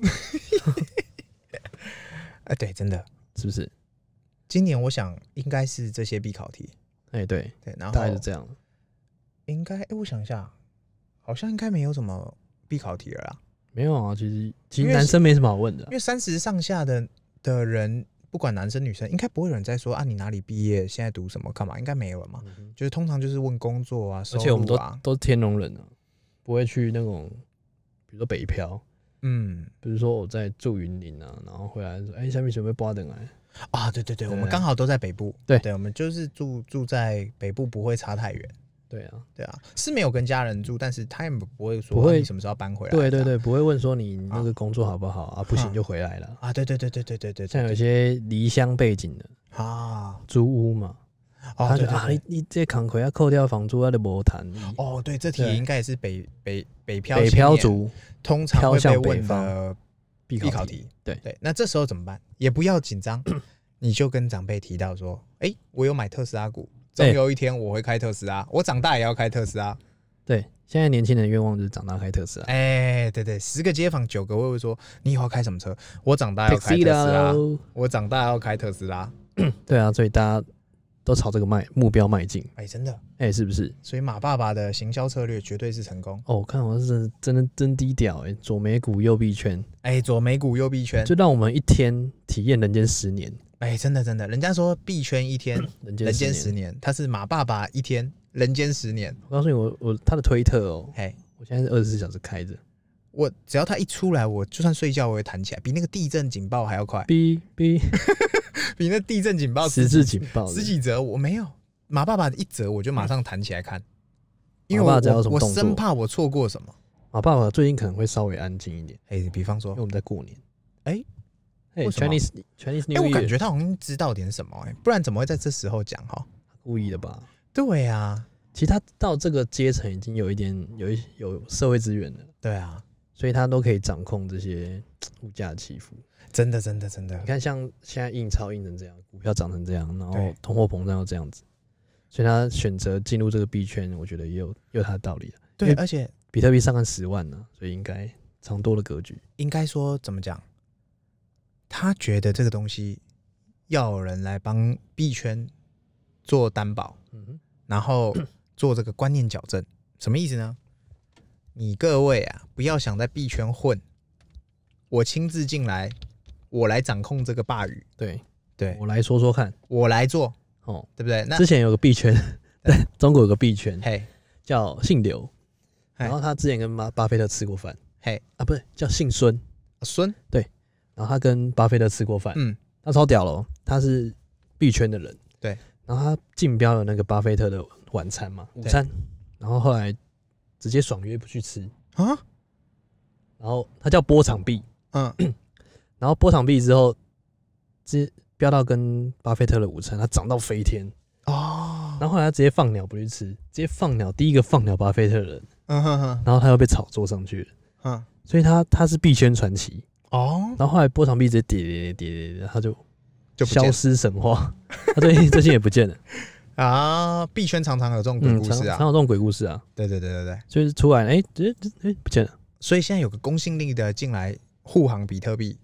S2: 哎，对，真的，
S1: 是不是？
S2: 今年我想应该是这些必考题，
S1: 哎、对，
S2: 对，然后
S1: 大概就这样了。
S2: 应该，哎，我想一下，好像应该没有什么必考题了啦，
S1: 没有啊，其实其实
S2: 因为
S1: 男
S2: 是
S1: 生没什么好问的啊
S2: 因，为三十上下的的人，不管男生女生，应该不会有人在说啊，你哪里毕业，现在读什么，干嘛，应该没有了嘛，
S1: 嗯哼
S2: 就是通常就是问工作啊，收
S1: 而且我们
S2: 入
S1: 都
S2: 啊，
S1: 都是天龙人啊，不会去那种，比如说北漂，
S2: 嗯，
S1: 比如说我在住云林啊，然后回来说，哎、下面准备刮等来，
S2: 啊，对对对，我们
S1: 对
S2: 刚好都在北部，
S1: 对
S2: 对，我们就是住住在北部，不会差太远。
S1: 对啊，
S2: 对啊，是没有跟家人住，但是他也不会说
S1: 不会
S2: 啊你什么时候搬回来。
S1: 对
S2: 这
S1: 对
S2: 样
S1: 对，不会问说你那个工作好不好啊，不行就回来了。
S2: 啊，对对对对对对对，
S1: 像有
S2: 对
S1: 一些离乡背景的
S2: 啊，
S1: 租屋嘛，
S2: 哦
S1: 他
S2: 对
S1: 就
S2: 对
S1: 啊，
S2: 对
S1: 你你这扛亏要扣掉房租，他就没谈。
S2: 哦对，这题
S1: 对
S2: 应该也是北北北漂
S1: 北
S2: 青
S1: 漂
S2: 年
S1: 族
S2: 通常
S1: 飘
S2: 会
S1: 向
S2: 被
S1: 北
S2: 问的
S1: 方必
S2: 必
S1: 考
S2: 考
S1: 题，
S2: 题。
S1: 对
S2: 对，那这时候怎么办？也不要紧张，你就跟长辈提到说，哎，我有买特斯拉股，总
S1: 对
S2: 有一天我会开特斯拉，我长大也要开特斯拉。
S1: 对，现在年轻人的愿望就是长大开特斯拉
S2: 哎，对对，十个街坊九个会会说，你以后要开什么车？我长大哎要开特斯拉，
S1: ，Tuxedo
S2: 我长大要开特斯拉。
S1: 对啊，所以大家都朝这个迈目标迈进，
S2: 哎，真的，
S1: 哎、是不是？
S2: 所以马爸爸的行销策略绝对是成功。
S1: 哦，我看好像是真的真低调哎、左美股右币圈，
S2: 哎，左美股右币圈，
S1: 就让我们一天体验人间十年，
S2: 哎，真的真的，人家说币圈 一天，
S1: 人
S2: 人
S1: 间
S2: 间
S1: 十
S2: 十
S1: 年。
S2: 年，他是马爸爸一天，人间十年。
S1: 我告诉你，我我他的推特哦，
S2: 嘿，
S1: 我现在是二十四小时开着，
S2: 我只要他一出来，我就算睡觉我也弹起来，比那个地震警报还要快，
S1: 哔哔
S2: 比那地震警报
S1: 十字警报的，
S2: 十几折，我没有马爸爸一折我就马上弹起来看，因为
S1: 嗯马爸爸
S2: 我
S1: 知道有什
S2: 我
S1: 么
S2: 我
S1: 动作
S2: 生怕我错过什么。
S1: 马爸爸最近可能会稍微安静一点，
S2: 哎，比方说
S1: 因为，我们在过年。
S2: 哎
S1: 哎
S2: 为什么
S1: ，Chinese Chinese
S2: 哎，
S1: New
S2: 我
S1: Year，、
S2: 感觉他好像知道点什么，哎，不然怎么会在这时候讲哈？
S1: 故意的吧？
S2: 对啊，
S1: 其实他到这个阶层已经有一点有一有社会资源了，
S2: 对啊，
S1: 所以他都可以掌控这些物价起伏。
S2: 真的真的真的
S1: 你，看，像现在印钞印成这样，股票涨成这样，然后
S2: 对
S1: 通货膨胀又这样子，所以他选择进入这个币圈，我觉得也有也有他的道理啊
S2: 对，
S1: 因为
S2: 而且
S1: 比特币上看十万呢、所以应该长多的格局。
S2: 应该说怎么讲，他觉得这个东西要有人来帮币圈做担保，
S1: 嗯哼，
S2: 然后 做这个观念矫正，什么意思呢？你各位啊，不要想在币圈混，我亲自进来，我来掌控这个霸语，
S1: 对，
S2: 对
S1: 我来说说看
S2: 我来做，
S1: 哦。
S2: 对不对？那
S1: 之前有个币圈，对， 中国有个币圈
S2: 嘿，
S1: 叫姓刘，
S2: 嘿
S1: 然后他之前跟巴巴菲特吃过饭，
S2: 嘿
S1: 啊，不是叫姓孙，
S2: 孙，
S1: 然后他跟巴菲特吃过饭，
S2: 嗯，
S1: 他超屌了哦，他是币圈的人，
S2: 对，
S1: 然后他竞标了那个巴菲特的晚餐嘛，午
S2: 对
S1: 餐，然后后来直接爽约不去吃，
S2: 啊，
S1: 然后他叫波场币，
S2: 嗯，
S1: 然后波场币之后，直标到跟巴菲特的午餐，他涨到飞天，
S2: 哦，
S1: 然后后来他直接放鸟不去吃，直接放鸟，第一个放鸟巴菲特的人，
S2: 嗯哼哼，
S1: 然后他又被炒作上去了，
S2: 嗯，
S1: 所以他他是币圈传奇，
S2: 哦，
S1: 然后后来波场币直接跌跌跌跌跌，他就
S2: 就不
S1: 消
S2: 见
S1: 失神话， 他最近最近也不见了，
S2: 了啊，币圈常常有这种 鬼
S1: 嗯，
S2: 故
S1: 常
S2: 事啊
S1: 常，有这种鬼故事啊。
S2: 对对对对对，
S1: 就是突然哎，直接哎不见了，
S2: 所以现在有个公信力的进来护航比特币，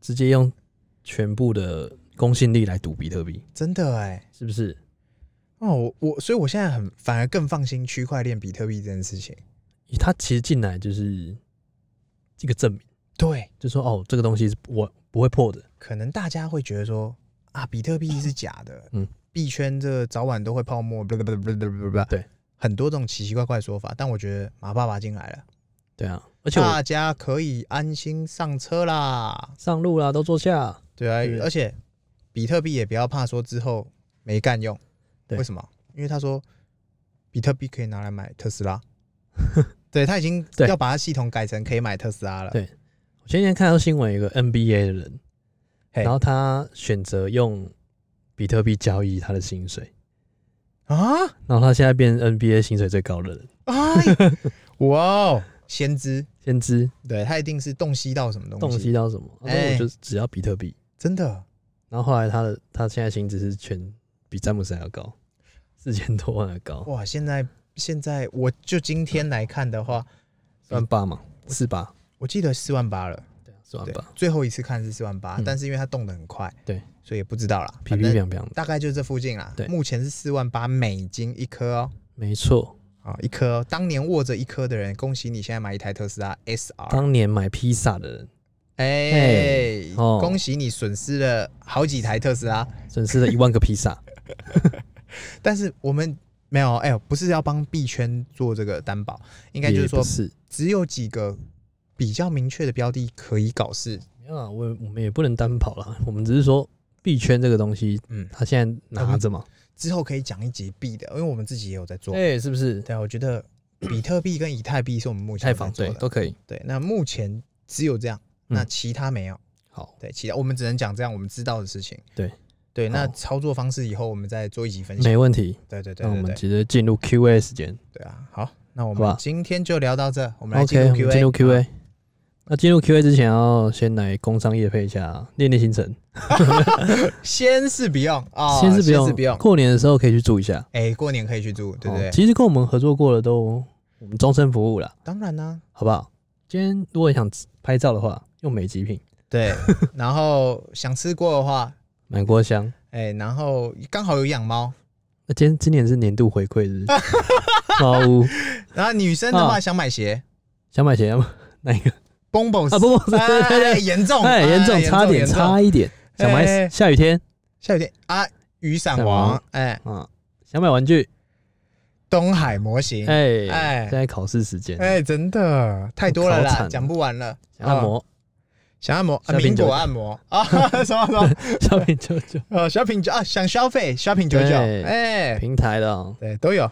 S1: 直接用全部的公信力来赌比特币，
S2: 真的哎、
S1: 是不是？
S2: 哦，我我所以我现在很反而更放心区块链比特币这件事情。
S1: 他其实进来就是一个证明，
S2: 对，
S1: 就说哦，这个东西是我不会破的，
S2: 可能大家会觉得说啊，比特币是假的，
S1: 嗯，
S2: 币圈这早晚都会泡沫，不不不不不不，
S1: 对，
S2: 很多这种奇奇怪怪的说法。但我觉得马爸爸进来了，
S1: 对啊。而且我
S2: 大家可以安心上车啦。
S1: 上路啦，都坐下，
S2: 对啊，
S1: 对
S2: 而且比特币也不要怕说之后没干用，
S1: 对
S2: 为什么？因为他说比特币可以拿来买特斯拉， 对他已经
S1: 对
S2: 要把他系统改成可以买特斯拉了。
S1: 对我前几天看到新闻，有一个 NBA 的人，
S2: 嘿
S1: 然后他选择用比特币交易他的薪水，
S2: 啊
S1: 然后他现在变 NBA 薪水最高的人，
S2: 哎，哇哦，先知，
S1: 先知
S2: 对他一定是洞悉到什么东
S1: 洞
S2: 西，
S1: 悉到什么？他说
S2: 哎
S1: 我就只要比特币，
S2: 真的
S1: 然后后来他的他现在薪资是全比詹姆斯还要高，四千多万还高，
S2: 哇！现在现在我就今天来看的话，
S1: 算八嘛，四八，
S2: 我记得四万八了，
S1: 对，四万
S2: 对
S1: 八，，
S2: 最后一次看是四万八
S1: 嗯，
S2: 但是因为它动得很快，
S1: 对，
S2: 所以也不知道啦，
S1: 皮
S2: 反
S1: 皮
S2: 正
S1: 凉凉的，
S2: 大概就这附近啦
S1: 对。
S2: 目前是四万八美金一颗哦，
S1: 没错。
S2: 啊，一颗哦，当年握着一颗的人，恭喜你现在买一台特斯拉 SR，
S1: 当年买披萨的人
S2: 哎，
S1: 哦
S2: 恭喜你损失了好几台特斯拉。
S1: 损 失了一万个披萨，
S2: 但是我们没有，哎、呦，不是要帮币圈做这个担保，应该就是
S1: 也
S2: 说
S1: 不是
S2: 只有几个比较明确的标的可以搞事。
S1: 没有啊，我我们也不能单跑啦，我们只是说币圈这个东西，
S2: 嗯，
S1: 它现在拿着嘛，
S2: 之后可以讲一集币的，因为我们自己也有在做。
S1: 哎、是不是？
S2: 对啊，我觉得比特币跟以太币是我们目前
S1: 太
S2: 在
S1: 坊
S2: 做
S1: 对
S2: 的。
S1: 都可以。
S2: 对，那目前只有这样，
S1: 嗯
S2: 那其他没有。
S1: 好，
S2: 对，其他我们只能讲这样我们知道的事情。
S1: 对
S2: 对，那
S1: 好
S2: 操作方式以后我们再做一集分享。
S1: 没问题。
S2: 对对对
S1: 那我
S2: 对
S1: 们
S2: 对，
S1: 直接进入 Q&A 时间。
S2: 对啊，好，那我
S1: 好
S2: 们
S1: 吧
S2: 今天就聊到这，我们来进
S1: OK，我
S2: 入 Q&A
S1: 们。进入 Q&A。那进入 Q&A 之前，要先来工商业配一下练练行程，
S2: 先是 Beyond 啊、
S1: 先是
S2: 不
S1: 不
S2: 用，
S1: 用，过年的时候可以去住一下，
S2: 哎、过年可以去住，对不对？
S1: 哦其实跟我们合作过的都我们终身服务啦，
S2: 当然啊啦、
S1: 好不好？今天如果你想拍照的话，用美极品
S2: 对。然后想吃锅的话，
S1: 买锅香，
S2: 哎、然后刚好有养猫，
S1: 那今天今年是年度回馈 日，猫屋
S2: 然后女生的话
S1: 啊
S2: 想买鞋，
S1: 想买鞋吗？哪一 个？
S2: 蹦蹦
S1: 啊，不不，对对
S2: 哎，
S1: 对，
S2: 严重，
S1: 哎，严重，差点，
S2: 严重
S1: 差一点，想买
S2: 哎
S1: 下雨天
S2: 下雨天啊，雨伞
S1: 伞
S2: 王
S1: 王，
S2: 哎、
S1: 啊，想买玩具，
S2: 东海模型，哎、
S1: 哎
S2: 哎
S1: 现在考试时间，
S2: 真的太多了
S1: 烤惨
S2: 啦，
S1: 了
S2: 讲不完了。
S1: 想按摩，
S2: 想按摩，啊、
S1: 小品
S2: 民
S1: 九
S2: 国
S1: 九
S2: 按摩啊， 什么什么，
S1: 小品九九
S2: 呃，小品九啊，想消费，小品九九，
S1: 对
S2: 哎、
S1: 平台的哦
S2: 对，都有。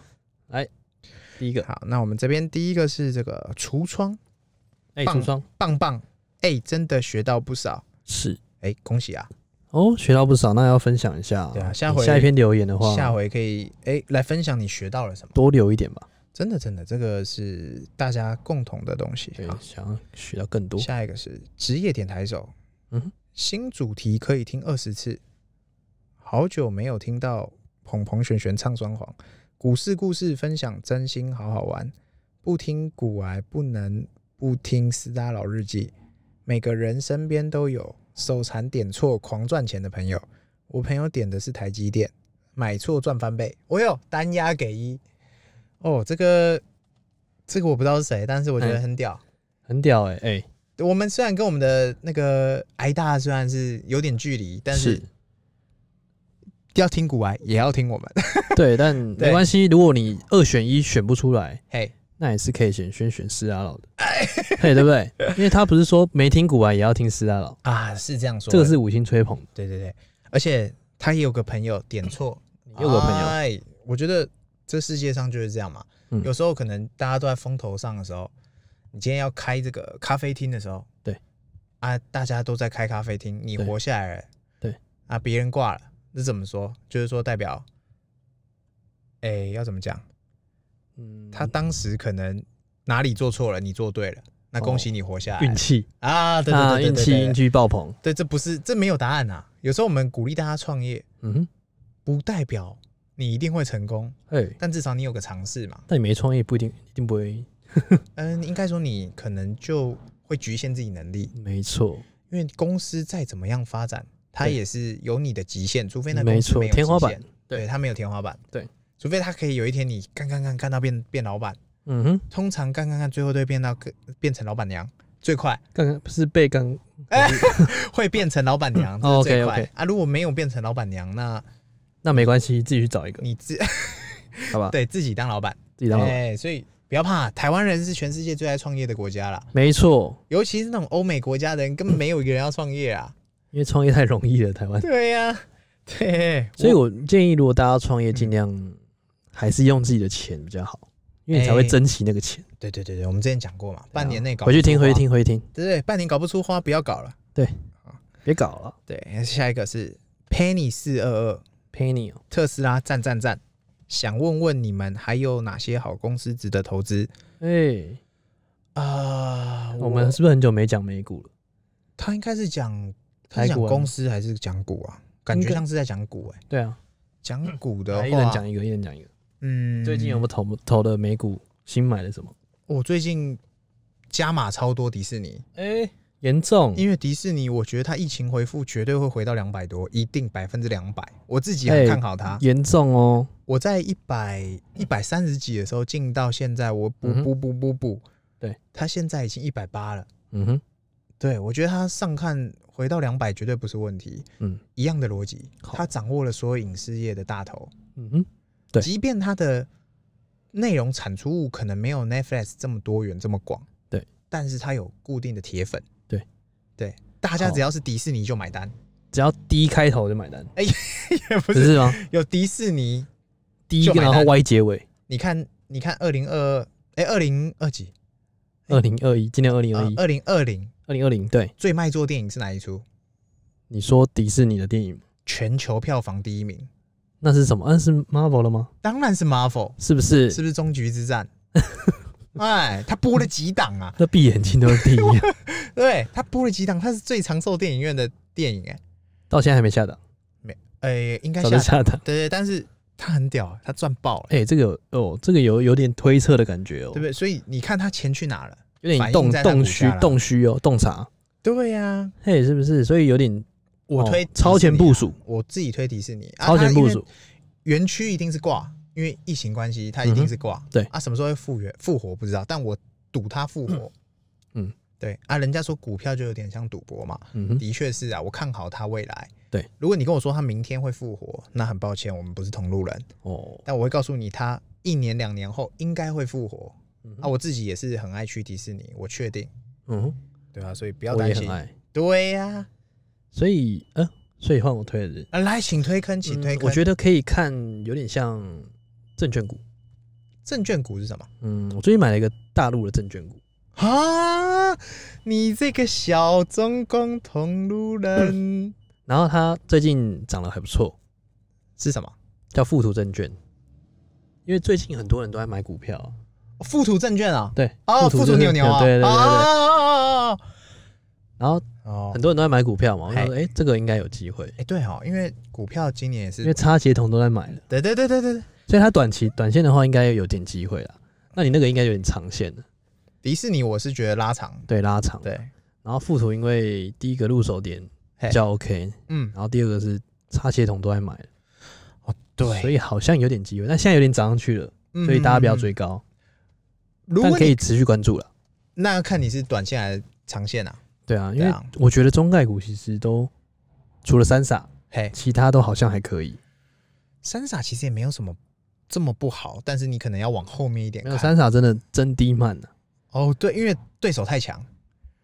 S1: 第一个，
S2: 好，那我们这边第一个是这个橱窗
S1: 哎，
S2: 棒
S1: 橱窗
S2: 棒棒，哎、真的学到不少，
S1: 是
S2: 哎、恭喜啊！
S1: 哦，学到不少，那要分享一下哦，
S2: 对啊下
S1: 你
S2: 回
S1: 下一篇留言的话，
S2: 下回可以哎、来分享你学到了什么，
S1: 多留一点吧，
S2: 真的真的，这个是大家共同的东西。
S1: 对，
S2: 好，
S1: 想要学到更多，
S2: 下一个是职业点台手，
S1: 嗯哼，
S2: 新主题可以听二十次，好久没有听到捧捧璇璇唱双簧，股市故事分享真心好好玩，不听古癌不能不听斯大佬日记，每个人身边都有手残点错狂赚钱的朋友，我朋友点的是台积电，买错赚翻倍，我有单押给一，哦，这个这个我不知道是谁，但是我觉得
S1: 嗯
S2: 很屌。
S1: 很屌哎哎，
S2: 我们虽然跟我们的那个挨大虽然是有点距离，但是要听古癌也要听我们。
S1: 对，但没
S2: 对
S1: 关系，如果你二选一选不出来。
S2: 嘿，
S1: 那也是可以选先选斯拉佬的，
S2: 哎
S1: 嘿，对不对？因为他不是说没听古玩也要听斯拉佬，
S2: 啊，是这样说的，
S1: 这个是五星吹捧的。
S2: 对对对，而且他也有个朋友点错，
S1: 你又有朋友，
S2: 哎，我觉得这世界上就是这样嘛。
S1: 嗯
S2: 有时候可能大家都在风头上的时候，你今天要开这个咖啡厅的时候，
S1: 对
S2: 啊，大家都在开咖啡厅，你
S1: 对
S2: 活下来了，
S1: 对
S2: 啊，别人挂了，那怎么说？就是说代表，哎、要怎么讲？
S1: 嗯，
S2: 他当时可能哪里做错了，你做对了，那恭喜你活下来、
S1: 哦运气
S2: 啊！哎对
S1: 啊，
S2: 对对
S1: 运
S2: 对
S1: 气
S2: 对
S1: 运
S2: 对，
S1: 气爆棚，
S2: 对，这不是这没有答案啊。有时候我们鼓励大家创业，
S1: 嗯哼，
S2: 不代表你一定会成功，
S1: 哎，
S2: 但至少你有个尝试嘛。
S1: 但你没创业不一定一定不会，
S2: 嗯，应该说你可能就会局限自己能力，
S1: 没错，
S2: 因为公司再怎么样发展，它
S1: 对
S2: 也是有你的极限，除非那
S1: 没
S2: 公司
S1: 错
S2: 没有
S1: 天花
S2: 极
S1: 板
S2: 限，
S1: 对
S2: 对，它没有天花板，
S1: 对，
S2: 除非它可以有一天你干干干干到变变老板，
S1: 嗯哼，
S2: 通常干干干最后都会变到个变成老板娘最快。
S1: 刚刚不是被刚
S2: 会变成老板娘，这
S1: 哦
S2: 是最
S1: OK，OK
S2: 快、啊！如果没有变成老板娘，那
S1: 那没关系，自己去找一个，
S2: 你自 ，
S1: 好吧
S2: 对自己当老板，
S1: 自己当老板，
S2: 哎所以不要怕，台湾人是全世界最爱创业的国家啦，
S1: 没错，
S2: 尤其是那种欧美国家的人，根本没有一个人要创 业啊。
S1: 因为创业太容易了，台湾，
S2: 对呀、对，嗯
S1: 所以我建议如果大家创业，尽量还是用自己的钱比较好，因为你才会
S2: 哎
S1: 珍惜那个钱。
S2: 对对对对，我们之前讲过嘛，半年内搞
S1: 啊回去听，回去
S2: 听，
S1: 听，回去听，
S2: 对对，半年搞不出花，不要搞了。
S1: 别搞了，
S2: 对，下一个是 Penny 四二二，
S1: 陪你哦。
S2: 特斯拉赞赞赞，想问问你们还有哪些好公司值得投资
S1: 哎，
S2: 啊、
S1: 我们是不是很久没讲美股了？
S2: 他应该是讲他是
S1: 台
S2: 讲
S1: 股啊
S2: 公司还是讲股啊？感觉
S1: 应该
S2: 像是在讲股哎、
S1: 对啊，
S2: 讲股的
S1: 来一人
S2: 话，
S1: 讲一个，一人讲一个。
S2: 嗯，
S1: 最近有没有投投的美股新买的什么？
S2: 我最近加码超多迪士尼，
S1: 哎，严重，
S2: 因为迪士尼我觉得它疫情回复绝对会回到两百多，一定百分之两百，我自己很
S1: 哎
S2: 看好它。
S1: 严重哦。
S2: 我在一百一百三十几的时候进到现在，我补
S1: 嗯哼
S2: 补补补补，
S1: 对，
S2: 它现在已经一百八了。
S1: 嗯哼，
S2: 对，我觉得它上看回到两百绝对不是问题，
S1: 嗯
S2: 一样的逻辑，
S1: 好
S2: 它掌握了所有影视业的大头，
S1: 嗯哼，对
S2: 即便它的内容产出物可能没有 Netflix 这么多元这么广，
S1: 对，
S2: 但是它有固定的铁粉，
S1: 对
S2: 对，大家
S1: 好
S2: 只要是迪士尼就买单，
S1: 只要 D 开头就买单，
S2: 也不
S1: 哦 不
S2: 是
S1: 是吗
S2: 有迪士尼，
S1: ？D
S2: 就买
S1: 然
S2: 单
S1: 后 Y 结尾，
S2: 你看你看二零二二，哎，二零二几？啊
S1: 二零二一，今年二零二一，
S2: 二零二零
S1: 二零二零，对，
S2: 最卖座电影是哪一出？
S1: 你说迪士尼的电影，
S2: 全球票房第一名，
S1: 那是什么？那、啊是 Marvel 了吗？
S2: 当然是 Marvel，
S1: 是不是？
S2: 是不是终局之 战？哎，他播了几档啊？
S1: 那闭眼睛都是第 一，
S2: 对他播了几档，他是最长寿电影院的电影、
S1: 到现在还没下档，
S2: 哎，哎，应该
S1: 早就
S2: 下档，
S1: 下档。
S2: 对对，但是他很屌，他赚爆了，
S1: 哎、这个有哦，这个有有点推测的感觉哦，
S2: 对不对？所以你看他钱去哪了？
S1: 有点
S2: 反映
S1: 洞
S2: 在它
S1: 洞
S2: 股
S1: 虚
S2: 价啦
S1: 洞虚哦，洞察。
S2: 对呀、
S1: 嘿，是不是？所以有点
S2: 我推、
S1: 哦超前部，署，
S2: 我自己推迪士啊尼，啊
S1: 超前部，
S2: 它因
S1: 署
S2: 为。园区一定是挂，因为疫情关系，它一定是挂、
S1: 嗯对
S2: 啊，什么时候会复原复活不知道，但我赌它复活。
S1: 嗯，
S2: 对啊，人家说股票就有点像赌博嘛，
S1: 嗯哼，
S2: 的确是啊，我看好它未来。
S1: 对，
S2: 如果你跟我说它明天会复活，那很抱歉，我们不是同路人。
S1: 哦，
S2: 但我会告诉你，它一年两年后应该会复活。
S1: 嗯
S2: 啊，
S1: 哼
S2: 我自己也是很爱去迪士尼，我确定。
S1: 嗯哼，
S2: 对啊，所以不要
S1: 我也
S2: 担
S1: 很
S2: 心。
S1: 爱。
S2: 对呀、啊，
S1: 所以，呃，所以换我推的人，
S2: 来，请推坑，请推
S1: 嗯
S2: 坑。
S1: 我觉得可以看，有点像证券股。
S2: 证券股是什么？
S1: 嗯，我最近买了一个大陆的证券股，
S2: 啊！你这个小中共同路人
S1: 然后它最近涨得还不错，
S2: 是什么？
S1: 叫富途证券。因为最近很多人都在买股票啊、
S2: 哦富途证券啊！
S1: 对，
S2: 哦，富途
S1: 证
S2: 牛
S1: 券
S2: 牛啊！
S1: 对对对对对。
S2: 哦哦
S1: 然后
S2: 哦哦
S1: 很多人都在买股票嘛，我就
S2: 嗨
S1: 说，哎，这个应该有机会，
S2: 哎，对哦，因为股票今年也是
S1: 因为，差协同都在买了，
S2: 对对对对对对，
S1: 所以它短期短线的话应该有点机会啦。那你那个应该有点长线的，
S2: 迪士尼我是觉得拉长，
S1: 对，拉长。
S2: 对，
S1: 然后富途因为第一个入手点
S2: 嘿
S1: 比较 OK，
S2: 嗯，
S1: 然后第二个是差协同都在买了，所
S2: 哦对，
S1: 以好像有点机会，但现在有点涨上去了，所以大家不要追
S2: 嗯。嗯嗯
S1: 高，
S2: 如
S1: 但
S2: 果
S1: 可
S2: 你
S1: 以持续关注了。
S2: 那要看你是短线还是长线啊？
S1: 对啊，因
S2: 对
S1: 为
S2: 啊
S1: 我觉得中概股其实都除了三傻，
S2: 嘿，
S1: 其他都好像还可以。
S2: 三傻其实也没有什么这么不好，但是你可能要往后面一点
S1: 没有
S2: 看。
S1: 三傻真的真低慢了、
S2: 哦，对，因为对手太强。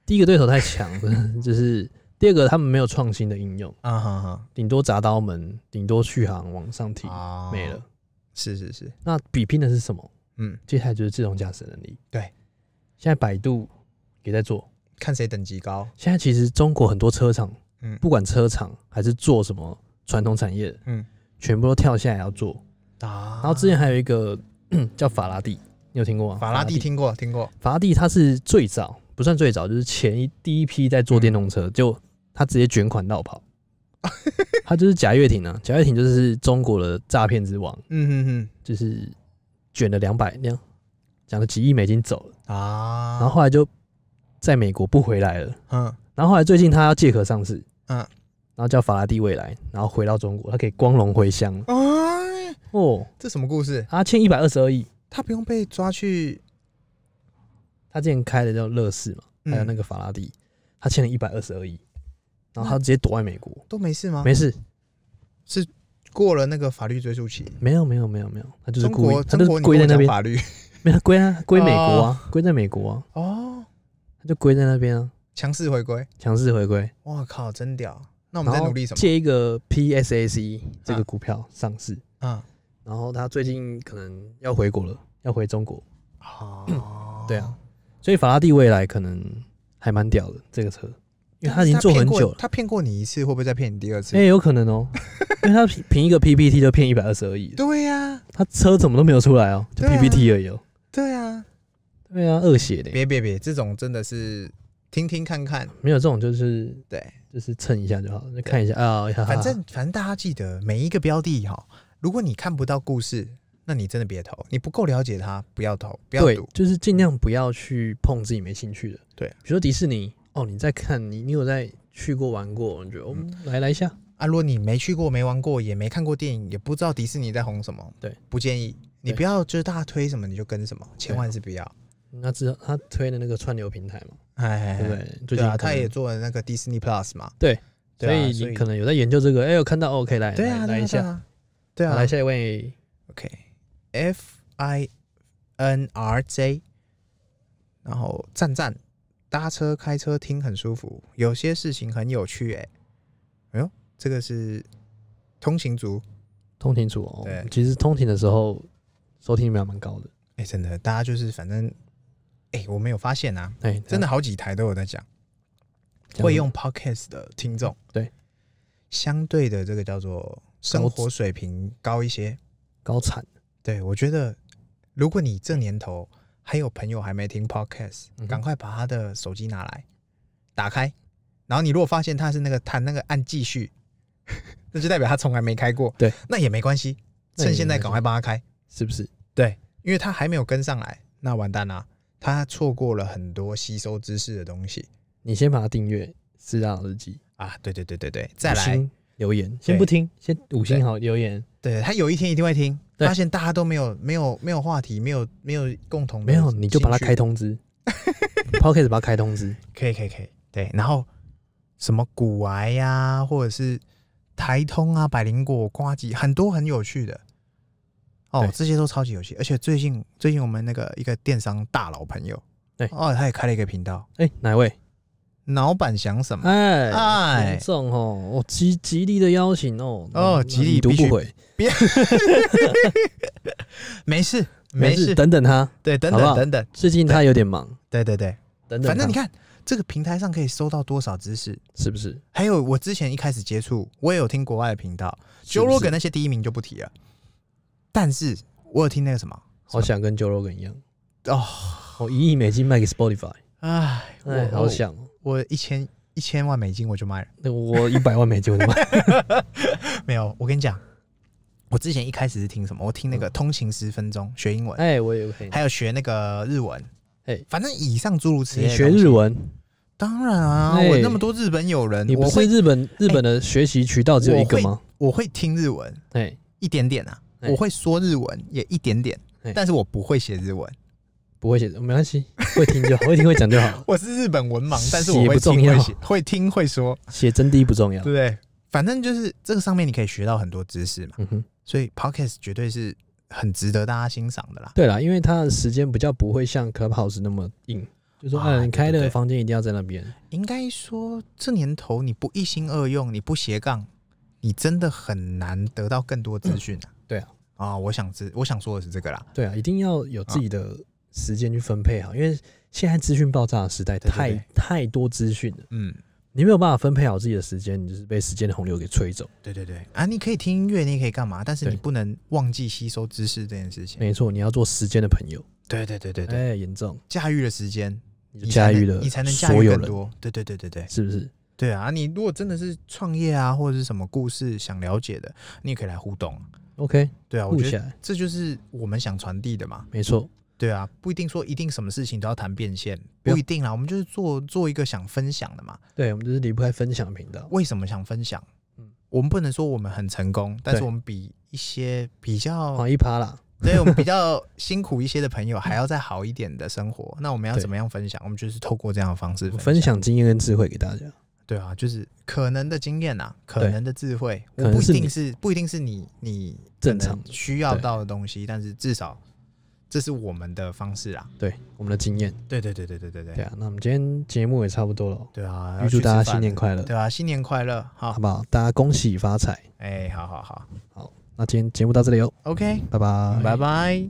S1: 第一个对手太强， 就是第二个他们没有创新的应用，
S2: 啊哈哈
S1: 顶多砸刀门，顶多续航往上提，
S2: 啊
S1: 没了。。
S2: 是是是，
S1: 那比拼的是什么？
S2: 嗯，
S1: 接下来就是自动驾驶能力。
S2: 对，
S1: 现在百度也在做。
S2: 看谁等级高。
S1: 现在其实中国很多车厂，
S2: 嗯
S1: 不管车厂还是做什么传统产业的，
S2: 嗯
S1: 全部都跳下来要做。
S2: 啊
S1: 然后之前还有一个 叫法拉第，你有听过吗？
S2: 法拉第，听过听过，
S1: 法拉第它是最早不算最早，就是前一第一批在做电动
S2: 嗯
S1: 车，就他直接卷款绕跑。他就是贾跃亭啊，贾跃亭就是中国的诈骗之王，
S2: 嗯
S1: 就是卷了两百那样，讲了几亿美金走了，
S2: 哼哼啊，
S1: 然后后来就在美国不回来了。
S2: 嗯
S1: 然后后来最近他要借壳上市，
S2: 嗯
S1: 然后叫法拉第未来，然后回到中国，他可以光荣回乡了
S2: 啊，
S1: 哦。
S2: 这什么故事？
S1: 他欠一百二十二亿，
S2: 他不用被抓去，
S1: 他之前开的叫乐视嘛，还有
S2: 嗯
S1: 那个法拉第，他欠了一百二十二亿，然后他直接躲在美国，
S2: 都没事吗？
S1: 没事，
S2: 过了那个法律追溯期。
S1: 没有没有没有没有，他就是
S2: 中
S1: 故
S2: 国
S1: 意，他就
S2: 中国
S1: 是
S2: 你
S1: 归
S2: 跟
S1: 在
S2: 我
S1: 那
S2: 讲
S1: 边，
S2: 法 律
S1: 没有归啊归美国啊，归在美国啊，
S2: 哦，
S1: 他就归在那边啊，
S2: 强势回归，
S1: 强势回归。
S2: 哇靠，真屌！那我
S1: 我
S2: 们在努力什么？啊
S1: 借一个 PSAC 这个股票上市，
S2: 嗯，
S1: 然后他最近可能要回国了，要回中国，
S2: 哦
S1: 对啊，所以法拉第未来可能还蛮屌的这个车，因为他已经做很久了，
S2: 他骗过你一次，会不会再骗你第二次？
S1: 哎、有可能哦、因为他凭凭一个 PPT 就骗一百二十而已，
S2: 对呀、啊，
S1: 他车怎么都没有出来哦、就
S2: 对啊
S1: PPT 而已哦、
S2: 对呀，
S1: 对啊，恶血的，
S2: 别别别，这种真的是听听看看，
S1: 没有这种就是
S2: 对，
S1: 就是蹭一下就好，就看一下啊，哈哈
S2: 反正反正大家记得每一个标的哈，如果你看不到故事，那你真的别投，你不够了解它，不要投，不要
S1: 对
S2: 赌，，
S1: 就是尽量不要去碰自己没兴趣的，
S2: 对，
S1: 比如说迪士尼哦，你在看你你有在去过玩过，你觉得哦、来来一下，
S2: 啊，如果你没去过、没玩过、也没看过电影，也不知道迪士尼在红什么，
S1: 对，
S2: 不建议你
S1: 对
S2: 不要就是大家推什么你就跟什么，千万是不要。
S1: 那知道他推的那个串流平台嘛，
S2: 哎，
S1: 对不对？最
S2: 对
S1: 近
S2: 啊，
S1: 可能
S2: 他也做了那个 Disney Plus 嘛，
S1: 对
S2: 对啊，
S1: 所以你可能有在研究这个，哎、有看到哦，可以来
S2: 对
S1: 来
S2: 啊，对
S1: 来
S2: 啊
S1: 一
S2: 对
S1: 下，
S2: 啊，对
S1: 好
S2: 啊
S1: 来，下一位
S2: OK，F I N R J，然后赞赞，搭车开车听很舒服，有些事情很有趣哎、哎呦，这个是通勤族
S1: 通勤组哦
S2: 对，
S1: 其实通勤的时候收听率还蛮高的，
S2: 哎、真的，大家就是反正哎、我没有发现啊，
S1: 哎、
S2: 真的好几台都有在讲
S1: 这样
S2: 会用 Podcast 的听众，
S1: 对，
S2: 相对的这个叫做生
S1: 高
S2: 活水平高一些，
S1: 高产，
S2: 对，我觉得如果你这年头还有朋友还没听 podcast，
S1: 嗯哼
S2: 赶、快把他的手机拿来打开，然后你如果发现他是那个弹那个按继续， 那就代表他从来没开过。
S1: 对，
S2: 那也没关系，
S1: 那也
S2: 趁
S1: 没
S2: 现在
S1: 关
S2: 赶
S1: 系
S2: 快帮他开，
S1: 是不是？
S2: 因为他还没有跟上来，那完蛋啦、他错过了很多吸收知识的东西
S1: 你先把它订阅《四大日记》，
S2: 啊！对对对对对，再
S1: 五
S2: 来，
S1: 星留言，先不听，先五星
S2: 对
S1: 好留言，
S2: 对他有一天一定会听，
S1: 对
S2: 发现大家都没有没有没有话题，没有没有共同的
S1: 没有你就把它
S2: 兴趣
S1: 开通 知，Podcast 把它开通知，
S2: 可以可以可以，对。然后什么古癌呀、或者是台通啊、百灵果、瓜吉，很多很有趣的。哦
S1: 对，
S2: 这些都超级有趣，而且最近最近我们那个一个电商大佬朋友，
S1: 对
S2: 哦，他也开了一个频道，
S1: 哎、哪位？
S2: 老板想什么？
S1: 哎
S2: 哎
S1: 隆重哦，我极极力的邀请哦，
S2: 哦
S1: 嗯
S2: 极力
S1: 已读
S2: 必须
S1: 不回，
S2: 没事没事，
S1: 等等他，
S2: 对，等
S1: 好不
S2: 等
S1: 好
S2: 等等，
S1: 最近他有点忙，
S2: 对对对，
S1: 等等他，
S2: 反正你看这个平台上可以收到多少知识，
S1: 是不是？
S2: 还有我之前一开始接触，我也有听国外的频道，
S1: 是
S2: 九
S1: 不
S2: 罗
S1: 是
S2: 梗那些第一名就不提了，但是我有听那个什么
S1: 好想跟 Joe Rogan 一样，
S2: 哦，
S1: 我一亿美金卖给 Spotify，
S2: 唉，
S1: 哎，
S2: 我
S1: 好，想哦，
S2: 我一千一千万美金我就卖了。
S1: 那我一百万美金我就卖，
S2: 没有，我跟你讲，我之前一开始是听什么？我听那个通勤十分钟学英文，
S1: 嗯哎，我也可以。
S2: 还有学那个日文。
S1: 哎
S2: 反正以上诸如此类。
S1: 你学日？文，
S2: 当然啊，
S1: 哎
S2: 我那么多日本友人
S1: 你，不
S2: 我
S1: 是
S2: 会
S1: 日本日本的学习渠道只有一个吗？
S2: 我会听日文
S1: 哎，
S2: 一点点啊，
S1: 哎
S2: 我会说日文也一点点
S1: 哎，
S2: 但是我不会写日文。
S1: 不会写没关系，会听就好，会听会讲就 好，
S2: 我是日本文盲，但是我
S1: 写
S2: 会
S1: 不重
S2: 听会
S1: 要
S2: 写，会听会说，
S1: 写真谛不重要
S2: 对不。对？反正就是这个上面你可以学到很多知识嘛。
S1: 嗯哼，
S2: 所以 Podcast 绝对是很值得大家欣赏的啦。
S1: 对啦，因为他的时间比较不会像 Clubhouse 那么硬，就说
S2: 啊
S1: 哎，你开
S2: 对对
S1: 的
S2: 对
S1: 房间一定要在那边，
S2: 应该说，这年头你不一心二用，你不斜杠，你真的很难得到更多资讯啊。
S1: 对啊，
S2: 啊，我想知，我想说的是这个啦。
S1: 对啊，一定要有自己的时间去分配好，因为现在资讯爆炸的时代
S2: 啊对对
S1: 太，
S2: 对
S1: 太多资讯了，
S2: 嗯，
S1: 你没有办法分配好自己的时间，你就是被时间的洪流给吹走。
S2: 对对对啊，你可以听音乐，你也可以干嘛，但是你
S1: 对
S2: 不能忘记吸收知识这件事情。
S1: 没错，你要做时间的朋友，
S2: 对对对对对，
S1: 哎，严重，
S2: 驾驭了时间，
S1: 你就
S2: 你
S1: 驾
S2: 才能
S1: 驭了
S2: 你才能驾
S1: 所
S2: 驭
S1: 有
S2: 更
S1: 人，
S2: 多。对对对对对
S1: 是不是？
S2: 对啊！你如果真的是创业啊，或者是什么故事想了解的，你也可以来互动啊。
S1: OK，
S2: 对啊，我
S1: 顾
S2: 觉
S1: 起
S2: 得
S1: 来，
S2: 这就是我们想传递的嘛。
S1: 没错，
S2: 对啊，不一定说一定什么事情都要谈变现，
S1: 不用
S2: 不一定啦。啊我们就是做做一个想分享的嘛。
S1: 对我们就是离不开分享频道，
S2: 为什么想分享？
S1: 嗯
S2: 我们不能说我们很成功，但是
S1: 对
S2: 我们比一些比较，
S1: 好一趴啦，
S2: 对我们比较辛苦一些的朋友还要再好一点的生活。那我们要
S1: 对
S2: 怎么样分享？我们就是透过这样的方式
S1: 我
S2: 分
S1: 嗯分享经验跟智慧给大家，
S2: 对啊，就是可能的经验啊，可能的智慧，
S1: 可
S2: 我
S1: 能
S2: 不一
S1: 是你
S2: 定是不一定是你你
S1: 正常
S2: 可能需要
S1: 对
S2: 到的东西，但是至少这是我们的方式啊。
S1: 对我们的经验，
S2: 对对对对对对对
S1: 对啊，那我们今天节目也差不多了哦，
S2: 对啊，要
S1: 预祝
S2: 去
S1: 大家
S2: 吃饭
S1: 新年
S2: 了
S1: 快乐，
S2: 对啊，新年快乐！好
S1: 好，不好？大家恭喜发财。
S2: 哎，好好好，
S1: 好，那今天节目到这里哦，
S2: OK，
S1: 拜拜，
S2: 拜拜。